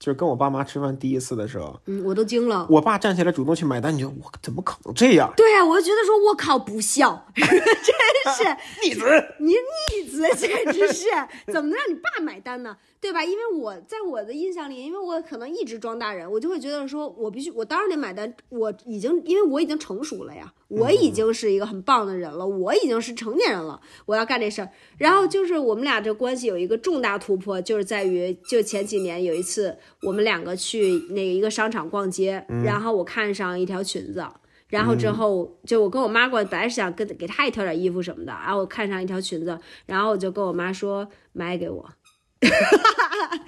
[SPEAKER 2] 就是跟我爸妈吃饭第一次的时候，
[SPEAKER 1] 嗯，我都惊了。
[SPEAKER 2] 我爸站起来主动去买单，你觉得我怎么可能这样？
[SPEAKER 1] 对啊，我就觉得说，我靠，不孝， 真是。
[SPEAKER 2] 逆子，
[SPEAKER 1] 你逆子简直是怎么能让你爸买单呢？对吧？因为我在我的印象里，因为我可能一直装大人，我就会觉得说，我必须，我当然得买单。我已经，因为我已经成熟了呀，我已经是一个很棒的人了，我已经是成年人了，我要干这事儿。然后就是我们俩这关系有一个重大突破，就是在于，就前几年有一次，我们两个去那个一个商场逛街，然后我看上一条裙子。然后
[SPEAKER 2] 嗯
[SPEAKER 1] 之后就我跟我妈过，本来是想跟给她也挑点衣服什么的，然后我看上一条裙子，然后我就跟我妈说买给我，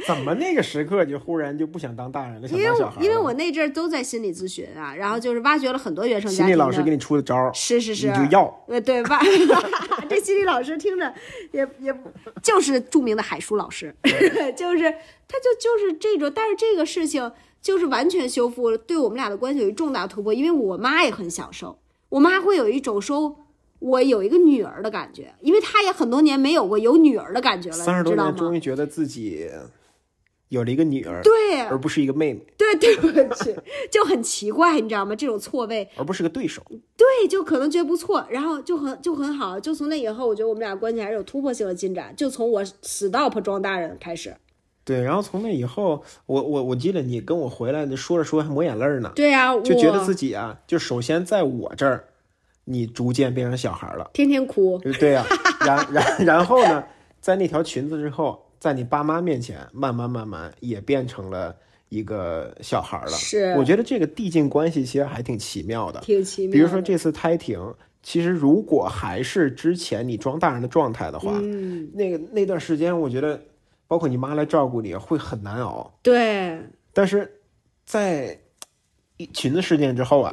[SPEAKER 2] 怎么那个时刻就忽然就不想当大人
[SPEAKER 1] 因
[SPEAKER 2] 了，想
[SPEAKER 1] 为
[SPEAKER 2] 当小
[SPEAKER 1] 我
[SPEAKER 2] 孩了？
[SPEAKER 1] 因为我那阵儿都在心理咨询啊，然后就是挖掘了很多原生家
[SPEAKER 2] 心
[SPEAKER 1] 庭
[SPEAKER 2] 理
[SPEAKER 1] 的，
[SPEAKER 2] 老师给你出的招儿，
[SPEAKER 1] 是是是，
[SPEAKER 2] 你就要。
[SPEAKER 1] 呃对 吧？这心理老师听着也也就是著名的海叔老师， 就是他就就是这种，但是这个事情就是完全修复了对我们俩的关系有一重大突破，因为我妈也很享受，我妈会有一种说。我有一个女儿的感觉，因为她也很多年没有过有女儿的感觉了，
[SPEAKER 2] 三十
[SPEAKER 1] 你
[SPEAKER 2] 多
[SPEAKER 1] 知道
[SPEAKER 2] 年终
[SPEAKER 1] 吗？
[SPEAKER 2] 于觉得自己有了一个女儿，
[SPEAKER 1] 对
[SPEAKER 2] 而不是一个妹妹，
[SPEAKER 1] 对对，我去，就很奇怪，你知道吗？这种错位，
[SPEAKER 2] 而不是个对手。
[SPEAKER 1] 对，就可能觉得不错，然后就很就很好，就从那以后，我觉得我们俩关系还是有突破性的进展，就从我 stop 装大人开始。
[SPEAKER 2] 对，然后从那以后，我我我记得你跟我回来，你说着说着还抹眼泪儿呢，
[SPEAKER 1] 对呀、我
[SPEAKER 2] 就觉得自己啊，就首先在我这儿，你逐渐变成小孩了，
[SPEAKER 1] 天天哭，
[SPEAKER 2] 对呀、然 然然后呢，在那条裙子之后，在你爸妈面前，慢慢慢慢也变成了一个小孩了。
[SPEAKER 1] 是
[SPEAKER 2] 我觉得这个递进关系其实还挺奇妙的。
[SPEAKER 1] 挺奇妙的。
[SPEAKER 2] 比如说这次胎停，其实如果还是之前你装大人的状态的话，
[SPEAKER 1] 嗯，
[SPEAKER 2] 那个那段时间，我觉得包括你妈来照顾你会很难熬。
[SPEAKER 1] 对，
[SPEAKER 2] 但是在一裙子事件之后啊，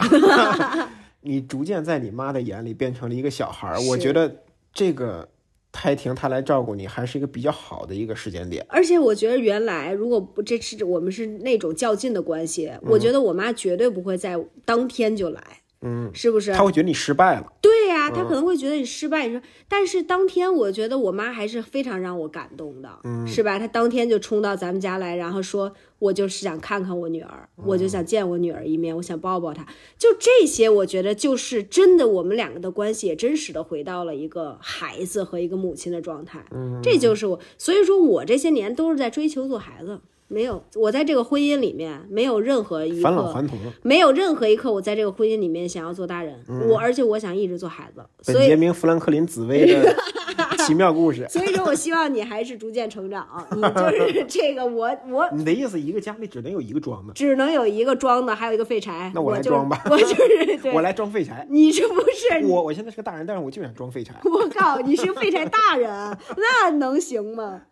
[SPEAKER 2] 你逐渐在你妈的眼里变成了一个小孩儿。我
[SPEAKER 1] 是
[SPEAKER 2] 觉得这个胎停她来照顾你，还是一个比较好的一个时间点。
[SPEAKER 1] 而且我觉得原来如果不这是我们是那种较劲的关系，我觉得我妈绝对不会在当天就来，
[SPEAKER 2] 嗯，
[SPEAKER 1] 是不是？
[SPEAKER 2] 她会觉得你失败了。
[SPEAKER 1] 对呀、她可能会觉得你失败。你说，但是当天我觉得我妈还是非常让我感动的，
[SPEAKER 2] 嗯
[SPEAKER 1] 是吧？她当天就冲到咱们家来，然后说我就是想看看我女儿，
[SPEAKER 2] 哦
[SPEAKER 1] 我就想见我女儿一面，我想抱抱她。就这些，我觉得就是真的，我们两个的关系也真实的回到了一个孩子和一个母亲的状态。嗯，这就是我，所以说我这些年都是在追求做孩子。没有，我在这个婚姻里面没有任何一
[SPEAKER 2] 返老
[SPEAKER 1] 个
[SPEAKER 2] 还童了，
[SPEAKER 1] 没有任何一刻我在这个婚姻里面想要做大人，
[SPEAKER 2] 嗯
[SPEAKER 1] 我而且我想一直做孩子，
[SPEAKER 2] 本
[SPEAKER 1] 所以
[SPEAKER 2] 杰 明·富兰克林紫薇 的奇妙故事。
[SPEAKER 1] 所以说我希望你还是逐渐成长啊，你就是这个我我
[SPEAKER 2] 你的意思，一个家里只能有一个装的，
[SPEAKER 1] 只能有一个装的，还有一个废柴，
[SPEAKER 2] 那
[SPEAKER 1] 我
[SPEAKER 2] 我来
[SPEAKER 1] 就是
[SPEAKER 2] 装吧
[SPEAKER 1] 我就是对，
[SPEAKER 2] 我来装废柴。
[SPEAKER 1] 你是不 是
[SPEAKER 2] 我我现在是个大人，但是我就想装废柴。
[SPEAKER 1] 我靠，你是废柴大人，那能行吗？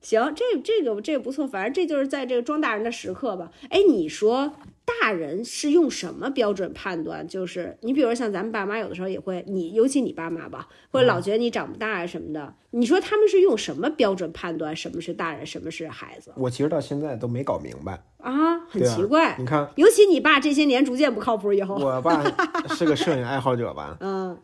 [SPEAKER 1] 行，这这个这个不错，反正这就是在这个装大人的时刻吧。哎，你说大人是用什么标准判断？就是你比如像咱们爸妈，有的时候也会，你尤其你爸妈吧，
[SPEAKER 2] 嗯
[SPEAKER 1] 会老觉得你长不大啊什么的。你说他们是用什么标准判断什么是大人，什么是孩子
[SPEAKER 2] 我其实到现在都没搞明白，
[SPEAKER 1] 啊？很
[SPEAKER 2] 对啊
[SPEAKER 1] 奇怪。
[SPEAKER 2] 你看，
[SPEAKER 1] 尤其你爸这些年逐渐不靠谱以后，
[SPEAKER 2] 我爸是个摄影爱好者吧？
[SPEAKER 1] 嗯，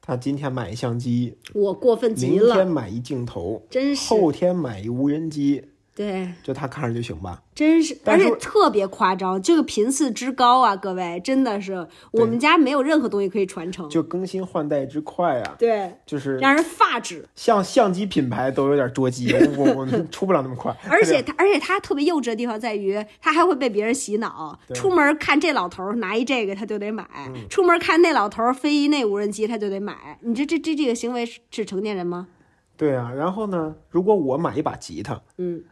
[SPEAKER 2] 他今天买一相机，
[SPEAKER 1] 我过分极
[SPEAKER 2] 明天
[SPEAKER 1] 了，
[SPEAKER 2] 买一镜头，
[SPEAKER 1] 真是
[SPEAKER 2] 后天买一无人机，
[SPEAKER 1] 对。
[SPEAKER 2] 就他看着就行吧。
[SPEAKER 1] 真是，而
[SPEAKER 2] 但是
[SPEAKER 1] 且特别夸张，这个频次之高啊，各位真的是，我们家没有任何东西可以传承，
[SPEAKER 2] 就更新换代之快啊，
[SPEAKER 1] 对，
[SPEAKER 2] 就是
[SPEAKER 1] 让人发指。
[SPEAKER 2] 像相机品牌都有点 捉急，我我们出不了那么快。
[SPEAKER 1] 而且他，而且他特别幼稚的地方在于，他还会被别人洗脑。
[SPEAKER 2] 对嗯
[SPEAKER 1] 出门看这老头儿拿一这个，他就得买；出门看那老头儿飞一那无人机，他就得买。你这这这这个行为是是成年人吗？
[SPEAKER 2] 对啊，然后呢，如果我买一把吉他，
[SPEAKER 1] 嗯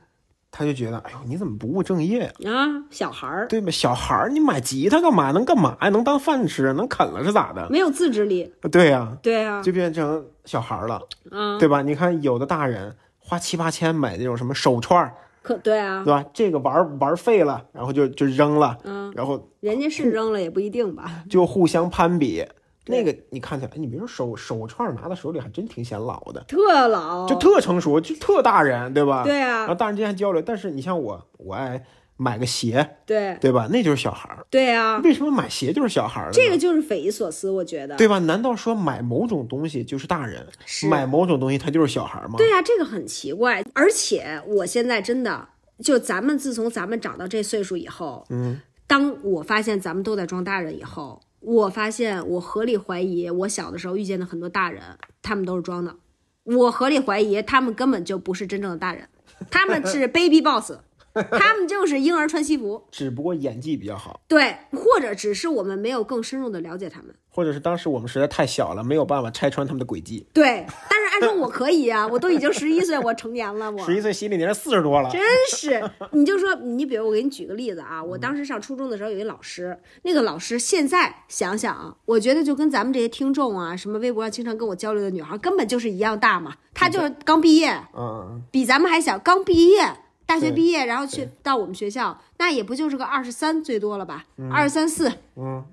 [SPEAKER 2] 他就觉得，哎呦，你怎么不务正业呀、
[SPEAKER 1] 啊，小孩儿
[SPEAKER 2] 对吧？小孩儿你买吉他干嘛？能干嘛呀？能当饭吃？啊能啃了是咋的？呃
[SPEAKER 1] 没有自制力。
[SPEAKER 2] 对呀、
[SPEAKER 1] 对啊，
[SPEAKER 2] 就变成小孩儿了，
[SPEAKER 1] 啊，
[SPEAKER 2] 对吧？你看有的大人花七八千买那种什么手串儿，
[SPEAKER 1] 可对啊，
[SPEAKER 2] 对吧？这个玩儿玩儿废了，然后就就扔了，
[SPEAKER 1] 嗯，
[SPEAKER 2] 然后
[SPEAKER 1] 人家是扔了也不一定吧。
[SPEAKER 2] 就互相攀比。那个你看起来，哎你别说手手串儿拿到手里还真挺显老的，
[SPEAKER 1] 特老，
[SPEAKER 2] 就特成熟，就特大人，对吧？
[SPEAKER 1] 哦对
[SPEAKER 2] 然
[SPEAKER 1] 啊
[SPEAKER 2] 后，大人之间交流，但是你像我，我爱买个鞋，
[SPEAKER 1] 对
[SPEAKER 2] 对吧？那就是小孩儿。
[SPEAKER 1] 对啊，
[SPEAKER 2] 为什么买鞋就是小孩儿呢？
[SPEAKER 1] 这个就是匪夷所思，我觉得。
[SPEAKER 2] 对吧？难道说买某种东西就是大人，
[SPEAKER 1] 是
[SPEAKER 2] 买某种东西他就是小孩儿吗？
[SPEAKER 1] 对呀、这个很奇怪。而且我现在真的，就咱们自从咱们长到这岁数以后，嗯，当我发现咱们都在装大人以后，我发现我合理怀疑，我小的时候遇见的很多大人，他们都是装的。我合理怀疑，他们根本就不是真正的大人，他们是 baby boss，他们就是婴儿穿西服。
[SPEAKER 2] 只不过演技比较好，
[SPEAKER 1] 对，或者只是我们没有更深入的了解他们。
[SPEAKER 2] 或者是当时我们实在太小了，没有办法拆穿他们的轨迹。
[SPEAKER 1] 对，但是按说我可以啊，我都已经十一岁，我成年了，我
[SPEAKER 2] 十一岁心理年龄四十多了，
[SPEAKER 1] 真是，你就说，你比如我给你举个例子啊，我当时上初中的时候有一老师，那个老师现在想想啊，我觉得就跟咱们这些听众啊，什么微博上经常跟我交流的女孩，根本就是一样大嘛。她就是刚毕业，
[SPEAKER 2] 嗯，
[SPEAKER 1] 比咱们还小，刚毕业，大学
[SPEAKER 2] 对
[SPEAKER 1] 毕业，然后去到我们学校，那也不就是个二十三最多了吧，二十三四，
[SPEAKER 2] 嗯，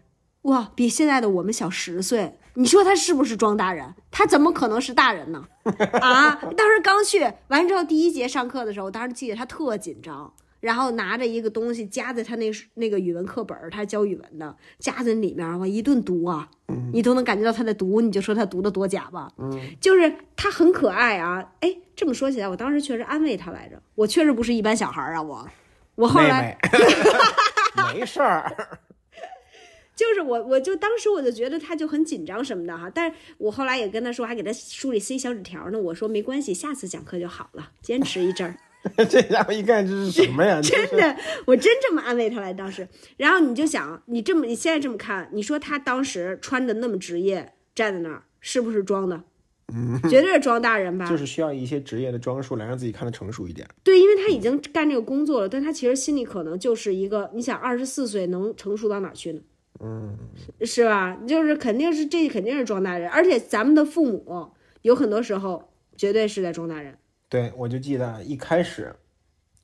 [SPEAKER 1] 哇，比现在的我们小十岁。你说他是不是装大人？他怎么可能是大人呢？啊！当时刚去完之后，第一节上课的时候，我当时记得他特紧张，然后拿着一个东西夹在他那那个语文课本儿，他教语文的，夹在里面，我一顿读啊，你都能感觉到他在读，你就说他读的多假吧。就是他很可爱啊。哎，这么说起来，我当时确实安慰他来着，我确实不是一般小孩儿啊，我，我后
[SPEAKER 2] 妹
[SPEAKER 1] 来
[SPEAKER 2] 妹，没事儿，
[SPEAKER 1] 就是我，我就当时我就觉得他就很紧张什么的哈，但是我后来也跟他说，还给他书里塞小纸条呢，我说没关系，下次讲课就好了，坚持一阵儿。
[SPEAKER 2] 这家伙一看这是什么呀？这
[SPEAKER 1] 真的，我真这么安慰他来当时。然后你就想，你这么你现在这么看，你说他当时穿的那么职业，站在那儿是不是装的？绝对是装大人吧？
[SPEAKER 2] 就是需要一些职业的装束来让自己看得成熟一点。
[SPEAKER 1] 对，因为他已经干这个工作了，但他其实心里可能就是一个，你想二十四岁能成熟到哪儿去呢？嗯，是吧？就是肯定是这肯定是装大人，而且咱们的父母有很多时候绝对是在装大人。
[SPEAKER 2] 对，我就记得一开始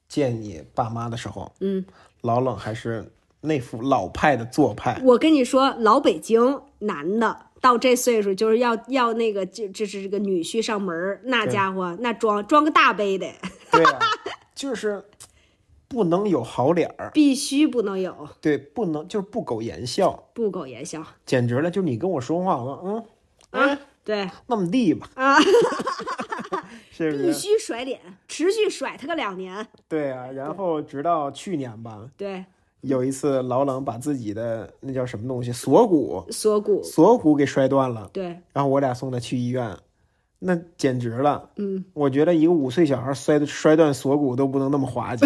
[SPEAKER 2] 见你爸妈的时候，
[SPEAKER 1] 嗯，
[SPEAKER 2] 老冷还是那副老派的 做派。
[SPEAKER 1] 我跟你说，老北京男的到这岁数就是要要那个，这这是这个女婿上门儿，那
[SPEAKER 2] 对
[SPEAKER 1] 家伙那装装个大杯的，
[SPEAKER 2] 对呀、就是不能有好脸儿，
[SPEAKER 1] 必须不能有
[SPEAKER 2] 对，不能就是不苟言笑，
[SPEAKER 1] 不苟言笑
[SPEAKER 2] 简直了！就是你跟我说话，我嗯嗯、
[SPEAKER 1] 啊！对
[SPEAKER 2] 那么地吧，
[SPEAKER 1] 啊，
[SPEAKER 2] 是不
[SPEAKER 1] 必
[SPEAKER 2] 是？
[SPEAKER 1] 须甩脸，持续甩他个两年。
[SPEAKER 2] 对啊，然后直到去年吧，
[SPEAKER 1] 对，
[SPEAKER 2] 有一次老冷把自己的那叫什么东西锁骨
[SPEAKER 1] 锁骨。
[SPEAKER 2] 锁骨给摔断了，
[SPEAKER 1] 对，
[SPEAKER 2] 然后我俩送他去医院，那简直了！
[SPEAKER 1] 嗯，
[SPEAKER 2] 我觉得一个五岁小孩摔摔断锁骨都不能那么滑稽，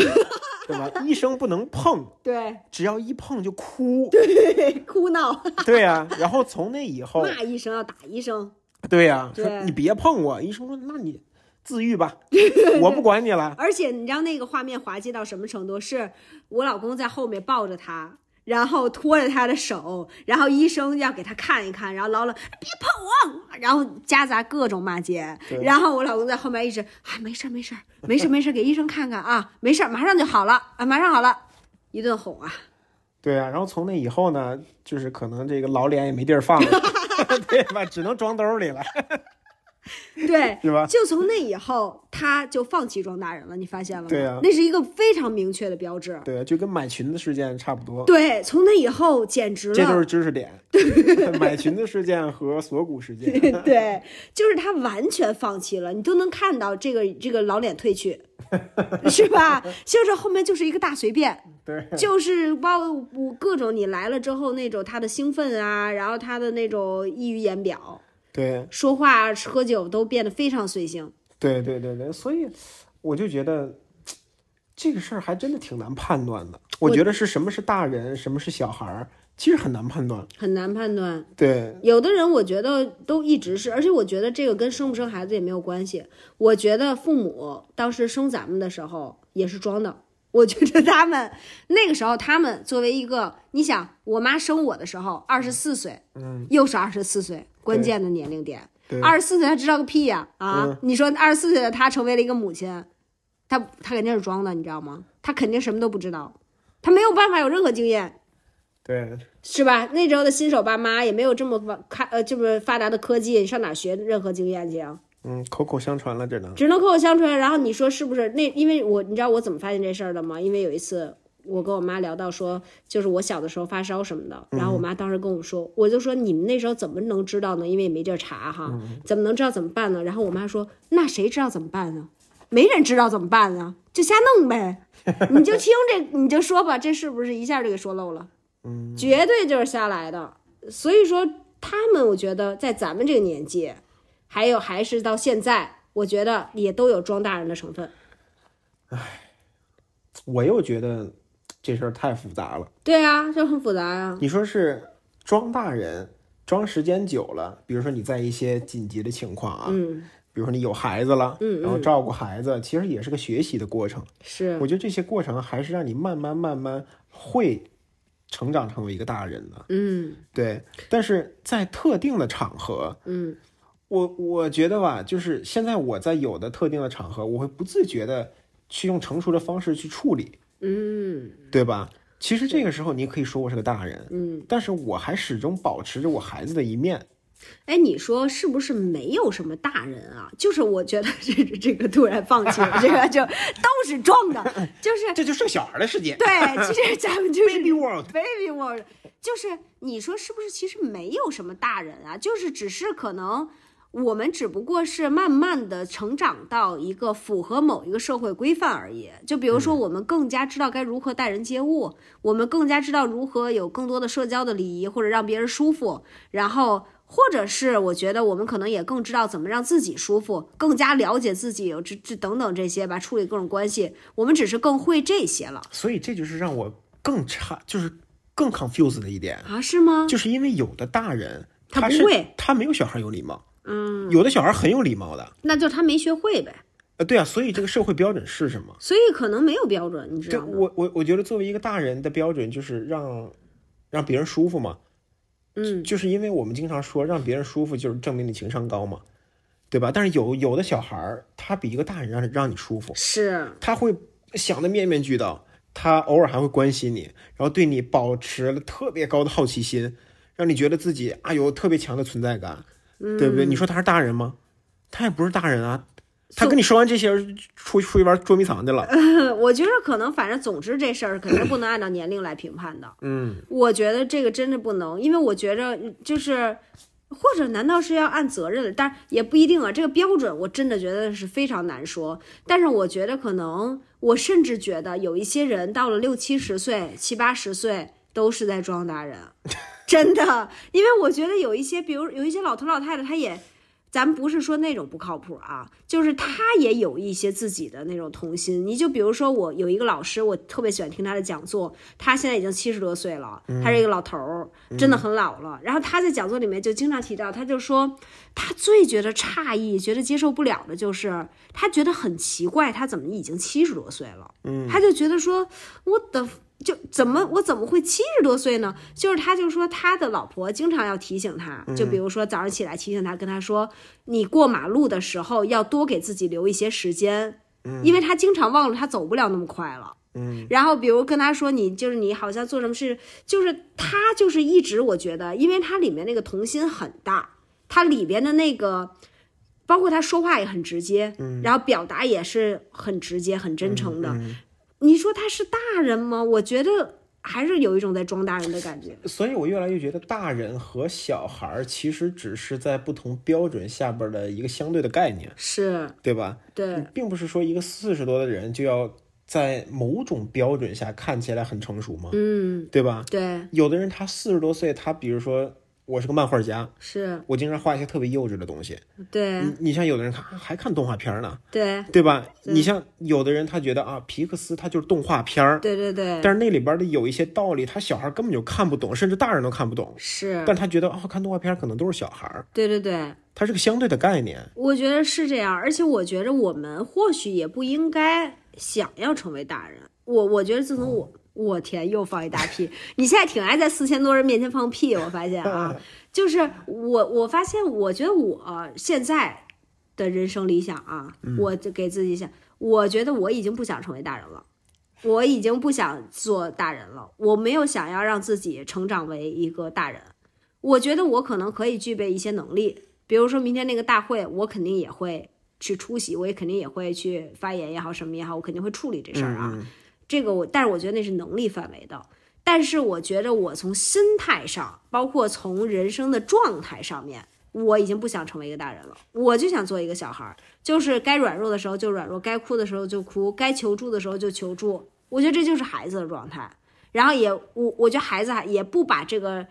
[SPEAKER 2] 对吧？医生不能碰，
[SPEAKER 1] 对，
[SPEAKER 2] 只要一碰就哭。
[SPEAKER 1] 哭闹，
[SPEAKER 2] 对呀、然后从那以后，
[SPEAKER 1] 骂一声要打一声，
[SPEAKER 2] 对呀、说
[SPEAKER 1] 对
[SPEAKER 2] 你别碰我。医生说，那你自愈吧， 我不管你了。
[SPEAKER 1] 而且你知道那个画面滑稽到什么程度？是我老公在后面抱着他，然后拖着他的手，然后医生要给他看一看，然后老冷哎别碰我，然后夹杂各种骂街
[SPEAKER 2] 对，
[SPEAKER 1] 然后我老公在后面一直啊没事儿没事儿没事儿没事儿，给医生看看啊，没事儿马上就好了啊，马上好了，一顿哄 啊，
[SPEAKER 2] 对呀、然后从那以后呢，就是可能这个老脸也没地儿放了， 对吧？只能装兜里了，
[SPEAKER 1] 对。
[SPEAKER 2] 是吧？
[SPEAKER 1] 就从那以后，他就放弃装大人了，你发现了吗？
[SPEAKER 2] 对啊
[SPEAKER 1] 那是一个非常明确的标志。
[SPEAKER 2] 对啊，就跟买裙子事件差不多。
[SPEAKER 1] 对，从那以后简直了，
[SPEAKER 2] 这都是知识点，买裙子事件和锁骨事件。
[SPEAKER 1] 对，就是他完全放弃了，你都能看到这个这个老脸褪 去，是吧？就是后面就是一个大随便，
[SPEAKER 2] 对，
[SPEAKER 1] 就是包括各种你来了之后那种他的兴奋啊，然后他的那种溢于言表，
[SPEAKER 2] 对，
[SPEAKER 1] 说话啊喝酒都变得非常随性。
[SPEAKER 2] 对，对，对，对，所以我就觉得这个事儿还真的挺难判断的。我
[SPEAKER 1] 我
[SPEAKER 2] 觉得是什么是大人，什么是小孩儿，其实很难判断。
[SPEAKER 1] 很难判断，
[SPEAKER 2] 对，
[SPEAKER 1] 有的人我觉得都一直是，而且我觉得这个跟生不生孩子也没有关系。我觉得父母当时生咱们的时候也是装的，我觉得他们那个时候，他们作为一个，你想，我妈生我的时候二十四岁，嗯，又是二十四岁，关键的年龄点
[SPEAKER 2] 对。
[SPEAKER 1] 二十四岁她知道个屁呀啊！你说二十四岁的她成为了一个母亲，她她肯定是装的，你知道吗？她肯定什么都不知道，她没有办法有任何经验，
[SPEAKER 2] 对，
[SPEAKER 1] 是吧？那时候的新手爸妈也没有这么发开呃这么发达的科技，上哪儿学任何经验去啊？
[SPEAKER 2] 嗯，口口相传了，只能。
[SPEAKER 1] 只能口口相传。然后你说是不是？那因为我你知道我怎么发现这事儿的吗？因为有一次我跟我妈聊到说，就是我小的时候发烧什么的，然后我妈当时跟我说，我就说你们那时候怎么能知道呢？因为也没地儿查哈，怎么能知道怎么办呢？然后我妈说，那谁知道怎么办呢？没人知道怎么办啊，就瞎弄呗，你就听这，你就说吧，这是不是一下就给说漏了？嗯，绝对就是瞎来的。所以说，他们我觉得在咱们这个年纪，还有还是到现在，我觉得也都有装大人的成分。
[SPEAKER 2] 我又觉得这事儿太复杂了。
[SPEAKER 1] 对啊，这很复杂啊。
[SPEAKER 2] 你说是装大人，装时间久了，比如说你在一些紧急的情况啊，
[SPEAKER 1] 嗯，
[SPEAKER 2] 比如说你有孩子了，
[SPEAKER 1] 嗯
[SPEAKER 2] 然后照顾孩子，其实也是个学习的过程。
[SPEAKER 1] 是
[SPEAKER 2] 我觉得这些过程还是让你慢慢慢慢会成长成为一个大人的。
[SPEAKER 1] 嗯
[SPEAKER 2] 对，但是在特定的场合，
[SPEAKER 1] 嗯
[SPEAKER 2] 我我觉得吧，就是现在我在有的特定的场合，我会不自觉的去用成熟的方式去处理，
[SPEAKER 1] 嗯
[SPEAKER 2] 对吧？其实这个时候你可以说我是个大人，
[SPEAKER 1] 嗯。
[SPEAKER 2] 但是我还始终保持着我孩子的一面。
[SPEAKER 1] 哎，你说是不是没有什么大人啊？就是我觉得这这个突然放弃了，这个就都是装的，就是
[SPEAKER 2] 这就是个小孩的世界
[SPEAKER 1] 对，其实咱们就是
[SPEAKER 2] ，Baby World。
[SPEAKER 1] baby world，就是你说是不是？其实没有什么大人啊，就是只是可能我们只不过是慢慢的成长到一个符合某一个社会规范而已。就比如说，我们更加知道该如何待人接物，我们更加知道如何有更多的社交的礼仪，或者让别人舒服，然后。或者是我觉得我们可能也更知道怎么让自己舒服，更加了解自己，有这这等等这些吧，处理各种关系，我们只是更会这些了
[SPEAKER 2] 所以这就是让我更差，就是更 confused 的一点。
[SPEAKER 1] 啊？是吗？
[SPEAKER 2] 就是因为有的大人
[SPEAKER 1] 他
[SPEAKER 2] 他
[SPEAKER 1] 不
[SPEAKER 2] 是
[SPEAKER 1] 会
[SPEAKER 2] 他没有小孩有礼貌，
[SPEAKER 1] 嗯，
[SPEAKER 2] 有的小孩很有礼貌的，
[SPEAKER 1] 那就是他没学会呗，
[SPEAKER 2] 呃，对啊，所以这个社会标准是什么？
[SPEAKER 1] 所以可能没有标准，你知
[SPEAKER 2] 对
[SPEAKER 1] 道吗？
[SPEAKER 2] 我我我觉得作为一个大人的标准就是让让别人舒服嘛，
[SPEAKER 1] 嗯，
[SPEAKER 2] 就是因为我们经常说让别人舒服就是证明你情商高嘛，对吧？但是有有的小孩儿他比一个大人让让你舒服，
[SPEAKER 1] 是
[SPEAKER 2] 他会想的面面俱到。他偶尔还会关心你，然后对你保持了特别高的好奇心，让你觉得自己啊有特别强的存在感，
[SPEAKER 1] 嗯
[SPEAKER 2] 对不对？你说他是大人吗？他也不是大人啊，他跟你说完这些，出出去玩捉迷藏去了。
[SPEAKER 1] 我觉得可能，反正总之这事儿肯定不能按照年龄来评判的。嗯，我觉得这个真的不能，因为我觉着就是，或者难道是要按责任的？但也不一定啊。这个标准我真的觉得是非常难说。但是我觉得可能，我甚至觉得有一些人到了六七十岁、七八十岁都是在装大人， 真的。因为我觉得有一些，比如有一些老头老太太，他也。咱不是说那种不靠谱啊，就是他也有一些自己的那种童心。你就比如说，我有一个老师，我特别喜欢听他的讲座，他现在已经七十多岁了，他是一个老头儿，真的很老了。然后他在讲座里面就经常提到，他就说他最觉得诧异、觉得接受不了的就是，他觉得很奇怪，他怎么已经七十多岁了？嗯，他就觉得说，我的。就怎么我怎么会七十多岁呢？就是他就说他的老婆经常要提醒他，就比如说早上起来提醒他，跟他说你过马路的时候要多给自己留一些时间，因为他经常忘了他走不了那么快了。嗯，然后比如跟他说你就是你好像做什么事，就是他就是一直我觉得，因为他里面那个童心很大，他里边的那个。包括他说话也很直接，然后表达也是很直接、很真诚的。你说他是大人吗？我觉得还是有一种在装大人的感觉。
[SPEAKER 2] 所以我越来越觉得，大人和小孩儿其实只是在不同标准下边的一个相对的概念，
[SPEAKER 1] 是，
[SPEAKER 2] 对吧？
[SPEAKER 1] 对，
[SPEAKER 2] 并不是说一个四十多的人就要在某种标准下看起来很成熟嘛，
[SPEAKER 1] 嗯，
[SPEAKER 2] 对吧？
[SPEAKER 1] 对，
[SPEAKER 2] 有的人他四十多岁，他比如说我是个漫画家，
[SPEAKER 1] 是，
[SPEAKER 2] 我经常画一些特别幼稚的东西。
[SPEAKER 1] 对，
[SPEAKER 2] 你你像有的人看啊还看动画片儿呢，
[SPEAKER 1] 对，
[SPEAKER 2] 对吧？你像有的人他觉得啊皮克斯他就是动画片儿，
[SPEAKER 1] 对对对，
[SPEAKER 2] 但是那里边的有一些道理，他小孩根本就看不懂，甚至大人都看不懂。
[SPEAKER 1] 是，
[SPEAKER 2] 但他觉得啊、看动画片儿可能都是小孩儿，
[SPEAKER 1] 对对对，
[SPEAKER 2] 它是个相对的概念。
[SPEAKER 1] 我觉得是这样。而且我觉得我们或许也不应该想要成为大人。我我觉得自从我。我天，又放一大屁！你现在挺爱在四千多人面前放屁，我发现啊，就是我，我发现，我觉得我现在的人生理想啊，我就给自己想，我觉得我已经不想成为大人了，我已经不想做大人了，我没有想要让自己成长为一个大人。我觉得我可能可以具备一些能力，比如说明天那个大会，我肯定也会去出席，我也肯定也会去发言也好，什么也好，我肯定会处理这事儿啊。这个我，但是我觉得那是能力范围的。但是我觉得我从心态上，包括从人生的状态上面，我已经不想成为一个大人了，我就想做一个小孩儿，就是该软弱的时候就软弱，该哭的时候就哭，该求助的时候就求助。我觉得这就是孩子的状态。然后也，我我觉得孩子还也不把这个，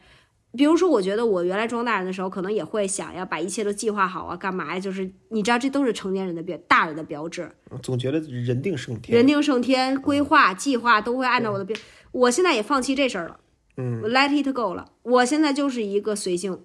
[SPEAKER 1] 比如说，我觉得我原来装大人的时候，可能也会想要把一切都计划好啊，干嘛呀？就是你知道，这都是成年人的标大人的标志。
[SPEAKER 2] 总觉得人定胜天
[SPEAKER 1] 人。定胜天，规划计划都会按照我的标。我现在也放弃这事儿了，嗯，let it go 了。我现在就是一个随性，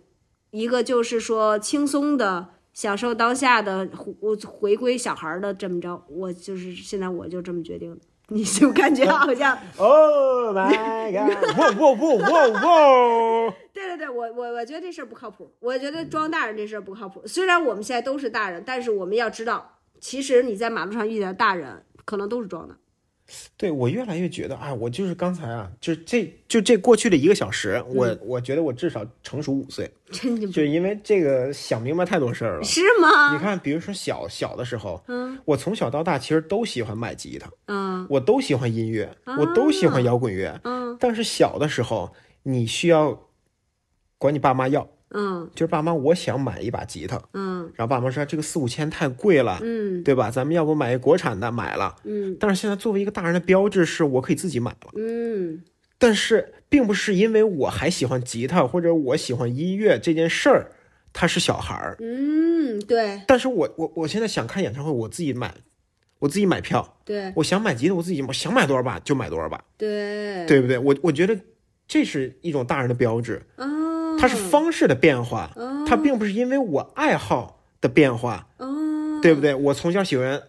[SPEAKER 1] 一个就是说轻松的享受当下的回回归小孩儿的这么着。我就是现在我就这么决定的。你就感觉好像，
[SPEAKER 2] Oh my god！哇哇哇哇哇！
[SPEAKER 1] 对对对，我我我觉得这事儿不靠谱，我觉得装大人这事儿不靠谱。虽然我们现在都是大人，但是我们要知道，其实你在马路上遇见的大人，可能都是装的。
[SPEAKER 2] 对我越来越觉得啊，我就是刚才啊，就是这就这过去的一个小时，
[SPEAKER 1] 嗯
[SPEAKER 2] 我我觉得我至少成熟五岁，
[SPEAKER 1] 真的
[SPEAKER 2] 就是因为这个想明白太多事儿了。
[SPEAKER 1] 是啊吗？
[SPEAKER 2] 你看，比如说小小的时候，嗯，我从小到大其实都喜欢买吉他，
[SPEAKER 1] 嗯，
[SPEAKER 2] 我都喜欢音乐，
[SPEAKER 1] 啊
[SPEAKER 2] 我都喜欢摇滚乐，嗯，但是小的时候你需要管你爸妈要，
[SPEAKER 1] 嗯
[SPEAKER 2] 就是爸妈我想买一把吉他，
[SPEAKER 1] 嗯
[SPEAKER 2] 然后爸妈说这个四五千太贵了，
[SPEAKER 1] 嗯
[SPEAKER 2] 对吧？咱们要不买一国产的，买了。
[SPEAKER 1] 嗯
[SPEAKER 2] 但是现在作为一个大人的标志是我可以自己买了，
[SPEAKER 1] 嗯。
[SPEAKER 2] 但是并不是因为我还喜欢吉他或者我喜欢音乐这件事儿，他是小孩儿。
[SPEAKER 1] 嗯，对
[SPEAKER 2] 但是我我我现在想看演唱会，我自己买，我自己买票，
[SPEAKER 1] 对
[SPEAKER 2] 我想买吉他，我自己我想买多少把就买多少把，
[SPEAKER 1] 对
[SPEAKER 2] 对不对？我我觉得这是一种大人的标志，
[SPEAKER 1] 哦，
[SPEAKER 2] 它是方式的变化，它并不是因为我爱好的变化，
[SPEAKER 1] 哦，
[SPEAKER 2] 对不对？我从小喜欢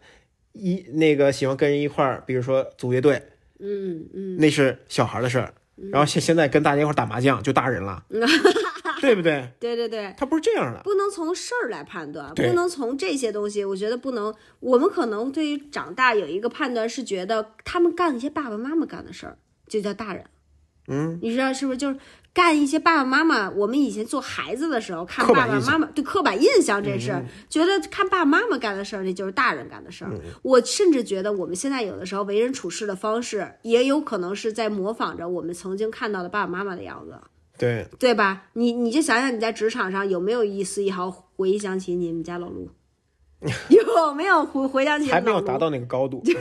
[SPEAKER 2] 一那个喜欢跟人一块儿，比如说组乐队，
[SPEAKER 1] 嗯嗯，嗯
[SPEAKER 2] 那是小孩的事儿。然后现现在跟大家一块儿打麻将就大人了，对不对？
[SPEAKER 1] 对对对，
[SPEAKER 2] 他不是这样的。
[SPEAKER 1] 不能从事儿来判断，
[SPEAKER 2] 对
[SPEAKER 1] 不能从这些东西，我觉得不能。我们可能对于长大有一个判断，是觉得他们干一些爸爸妈妈干的事儿就叫大人。嗯，你知道是不是？就是干一些爸爸妈妈，我们以前做孩子的时候看
[SPEAKER 2] 刻
[SPEAKER 1] 爸
[SPEAKER 2] 板
[SPEAKER 1] 爸
[SPEAKER 2] 印象嗯
[SPEAKER 1] 妈妈对刻板印象这事儿，觉得看爸爸妈妈干的事儿，那就是大人干的事儿。我甚至觉得我们现在有的时候为人处事的方式，也有可能是在模仿着我们曾经看到的爸爸妈妈的样子。
[SPEAKER 2] 对，
[SPEAKER 1] 对吧？你你就想想你在职场上有没有一丝一毫回想起你们家老 陆，有没有回回想起
[SPEAKER 2] 还没
[SPEAKER 1] 老
[SPEAKER 2] 有
[SPEAKER 1] 陆？
[SPEAKER 2] 达到那个高 度。
[SPEAKER 1] 就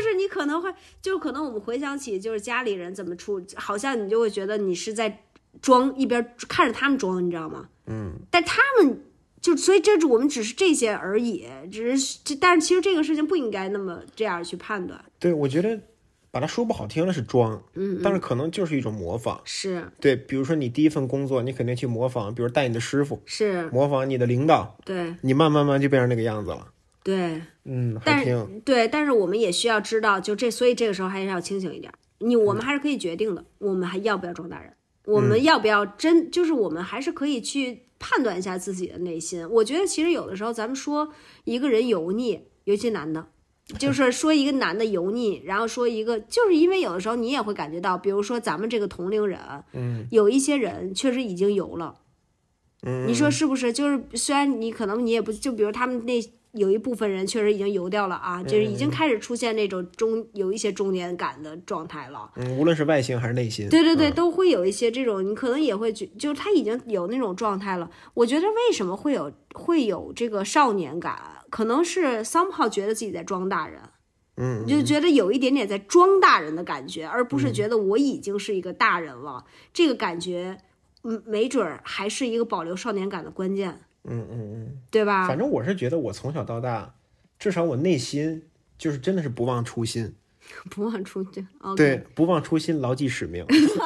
[SPEAKER 1] 是你可能会，就可能我们回想起就是家里人怎么处，好像你就会觉得你是在装，一边看着他们装，你知道吗？嗯，但他们。就所以，这是我们只是这些而已，只是这，但是其实这个事情不应该那么这样去判断，
[SPEAKER 2] 对，我觉得把它说不好听了是装，嗯，但是可能就是一种模仿。
[SPEAKER 1] 是
[SPEAKER 2] 对，比如说你第一份工作，你肯定去模仿，比如带你的师傅，
[SPEAKER 1] 是，
[SPEAKER 2] 模仿你的领导，
[SPEAKER 1] 对
[SPEAKER 2] 你慢慢慢就变成那个样子了。
[SPEAKER 1] 对。
[SPEAKER 2] 嗯，还
[SPEAKER 1] 但
[SPEAKER 2] 挺
[SPEAKER 1] 是对，但是我们也需要知道，就这，所以这个时候还是要清醒一点儿。你我们还是可以决定的，我们还要不要装大人？我们要不要真就是我们还是可以去判断一下自己的内心。我觉得其实有的时候咱们说一个人油腻，尤其男的，就是说一个男的油腻，然后说一个，就是因为有的时候你也会感觉到，比如说咱们这个同龄人，嗯，有一些人确实已经油了。你说是不是？就是虽然你可能你也不就比如他们那有一部分人确实已经油掉了
[SPEAKER 2] 嗯
[SPEAKER 1] 啊，就是已经开始出现那种中有一些中年感的状态了。
[SPEAKER 2] 嗯，无论是外形还是内心，嗯
[SPEAKER 1] 对对对，都会有一些这种，你可能也会觉，就是他已经有那种状态了。我觉得为什么会有会有这个少年感，可能是 somehow 觉得自己在装大人，
[SPEAKER 2] 嗯，
[SPEAKER 1] 就觉得有一点点在装大人的感觉，而不是觉得我已经是一个大人了。这个感觉，嗯，没准儿还是一个保留少年感的关键，
[SPEAKER 2] 嗯嗯嗯，
[SPEAKER 1] 对吧？
[SPEAKER 2] 反正我是觉得我从小到大，至少我内心就是真的是不忘初心，
[SPEAKER 1] 不忘初心，OK，
[SPEAKER 2] 对，不忘初心，牢记使命。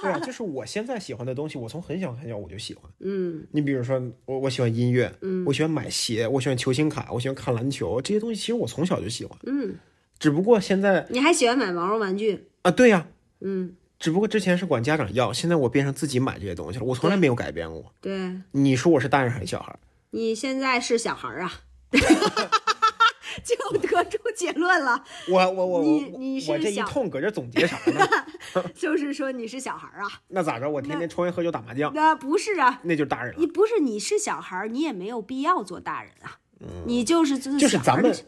[SPEAKER 2] 对啊，就是我现在喜欢的东西，我从很小很小我就喜欢。
[SPEAKER 1] 嗯，
[SPEAKER 2] 你比如说，我我喜欢音乐，嗯，我喜欢买鞋，我喜欢球星卡，我喜欢看篮球，这些东西其实我从小就喜欢，
[SPEAKER 1] 嗯，
[SPEAKER 2] 只不过现在
[SPEAKER 1] 你还喜欢买毛绒玩具，
[SPEAKER 2] 啊，对呀、
[SPEAKER 1] 嗯，
[SPEAKER 2] 只不过之前是管家长要，现在我变成自己买这些东西了，我从来没有改变过。
[SPEAKER 1] 对
[SPEAKER 2] 你说我是大人还是小孩？
[SPEAKER 1] 你现在是小孩儿啊， 就得出结论了，
[SPEAKER 2] 我我我我
[SPEAKER 1] 你你是
[SPEAKER 2] 我这一
[SPEAKER 1] 小
[SPEAKER 2] 通搁这总结啥 呢？
[SPEAKER 1] 就是说你是小孩儿啊，
[SPEAKER 2] 那咋着？我天天抽烟喝酒打麻将，
[SPEAKER 1] 那不是啊，
[SPEAKER 2] 那就是大人了。
[SPEAKER 1] 你不是你是小孩儿，你也没有必要做大人啊，你就是就是
[SPEAKER 2] 嗯就
[SPEAKER 1] 小
[SPEAKER 2] 是
[SPEAKER 1] 孩
[SPEAKER 2] 咱
[SPEAKER 1] 儿
[SPEAKER 2] 们哎
[SPEAKER 1] 的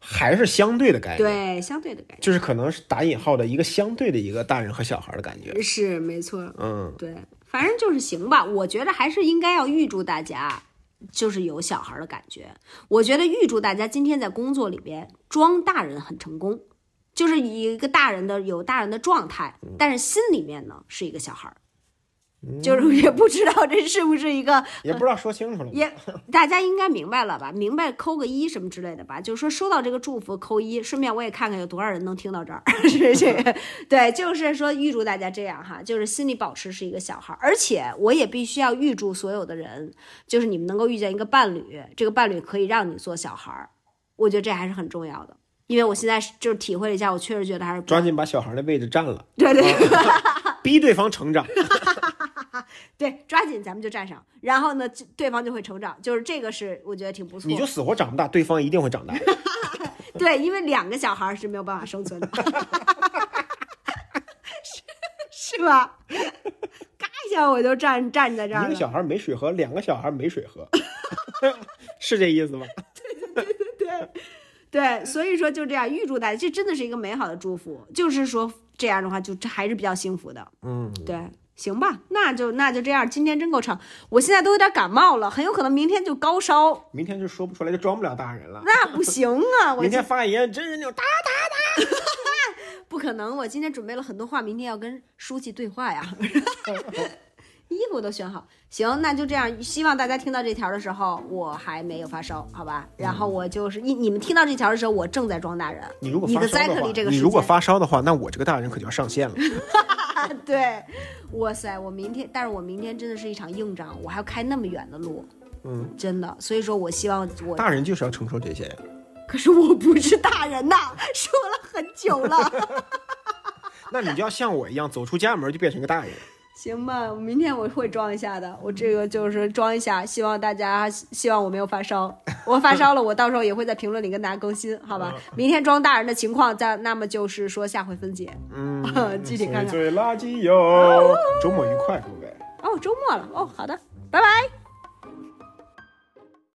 [SPEAKER 2] 还是相对的概念，
[SPEAKER 1] 对相对的感
[SPEAKER 2] 就是可能是打引号的一个相对的一个大人和小孩的感觉。
[SPEAKER 1] 觉，是没错，
[SPEAKER 2] 嗯，
[SPEAKER 1] 对，反正就是行吧。我觉得还是应该要预祝大家，就是有小孩儿的感觉。我觉得预祝大家今天在工作里边装大人很成功，就是以一个大人的有大人的状态，但是心里面呢是一个小孩儿。就是也不知道这是不是一个，
[SPEAKER 2] 也不知道说清楚了。
[SPEAKER 1] 也大家应该明白了吧？明白扣个一什么之类的吧？就是说收到这个祝福扣一，顺便我也看看有多少人能听到这儿。 是这 个，对，就是说预祝大家这样哈，就是心里保持是一个小孩儿，而且我也必须要预祝所有的人，就是你们能够遇见一个伴侣，这个伴侣可以让你做小孩儿，我觉得这还是很重要的。因为我现在是就是体会了一下，我确实觉得还是不
[SPEAKER 2] 抓紧把小孩的位置占了，
[SPEAKER 1] 对 对对
[SPEAKER 2] 逼对 方成长。
[SPEAKER 1] 对，抓紧咱们就站上，然后呢，就对方就会成长，就是这个是我觉得挺不错
[SPEAKER 2] 你。就死活长不大，对方一定会 长大。
[SPEAKER 1] 对，因为两个小孩儿是没有办法生存的， 是是吧？嘎一下我就站站在这儿
[SPEAKER 2] 一个
[SPEAKER 1] 了，
[SPEAKER 2] 小孩没水喝，两个小孩没水 喝，是这意思吧？
[SPEAKER 1] 对，所以说就这样预祝大家，这真的是一个美好的祝福，就是说这样的话就这还是比较幸福的，
[SPEAKER 2] 嗯，
[SPEAKER 1] 对。行吧，那就那就这样，今天真够长，我现在都有点感冒了，很有可能明天就高烧，
[SPEAKER 2] 明天就说不出来，就装不了大人了。
[SPEAKER 1] 那不行啊，我
[SPEAKER 2] 明天发言，真人就大。
[SPEAKER 1] 不可能，我今天准备了很多话，明天要跟书记对话呀。衣服都选好，行，那就这样。希望大家听到这条的时候，我还没有发烧，好吧？然后我就是你你们听到这条的时候，我正在装大人。
[SPEAKER 2] 你如果发烧的
[SPEAKER 1] exactly 这
[SPEAKER 2] 话，
[SPEAKER 1] 个
[SPEAKER 2] 你
[SPEAKER 1] 时
[SPEAKER 2] 如果
[SPEAKER 1] 间，
[SPEAKER 2] 发烧的话，那我这个大人可就要上线了。
[SPEAKER 1] 对，哇塞，我明天，但是我明天真的是一场硬仗，我还要开那么远的路，
[SPEAKER 2] 嗯，
[SPEAKER 1] 真的。所以说我希望我，
[SPEAKER 2] 大人就是要承受这些呀。
[SPEAKER 1] 可是我不是大人呐，说了很久了。
[SPEAKER 2] 那你就要像我一样，走出家门就变成个大人。
[SPEAKER 1] 行吧，明天我会装一下的。我这个就是装一下，希望大家希望我没有发烧。我发烧了，我到时候也会在评论里跟大家更新，好吧？明天装大人的情况，再那么就是说下回分解，嗯， 具体看看。
[SPEAKER 2] 最垃圾哟，周末愉快，各位。
[SPEAKER 1] 哦，周末了，哦，好的，拜拜。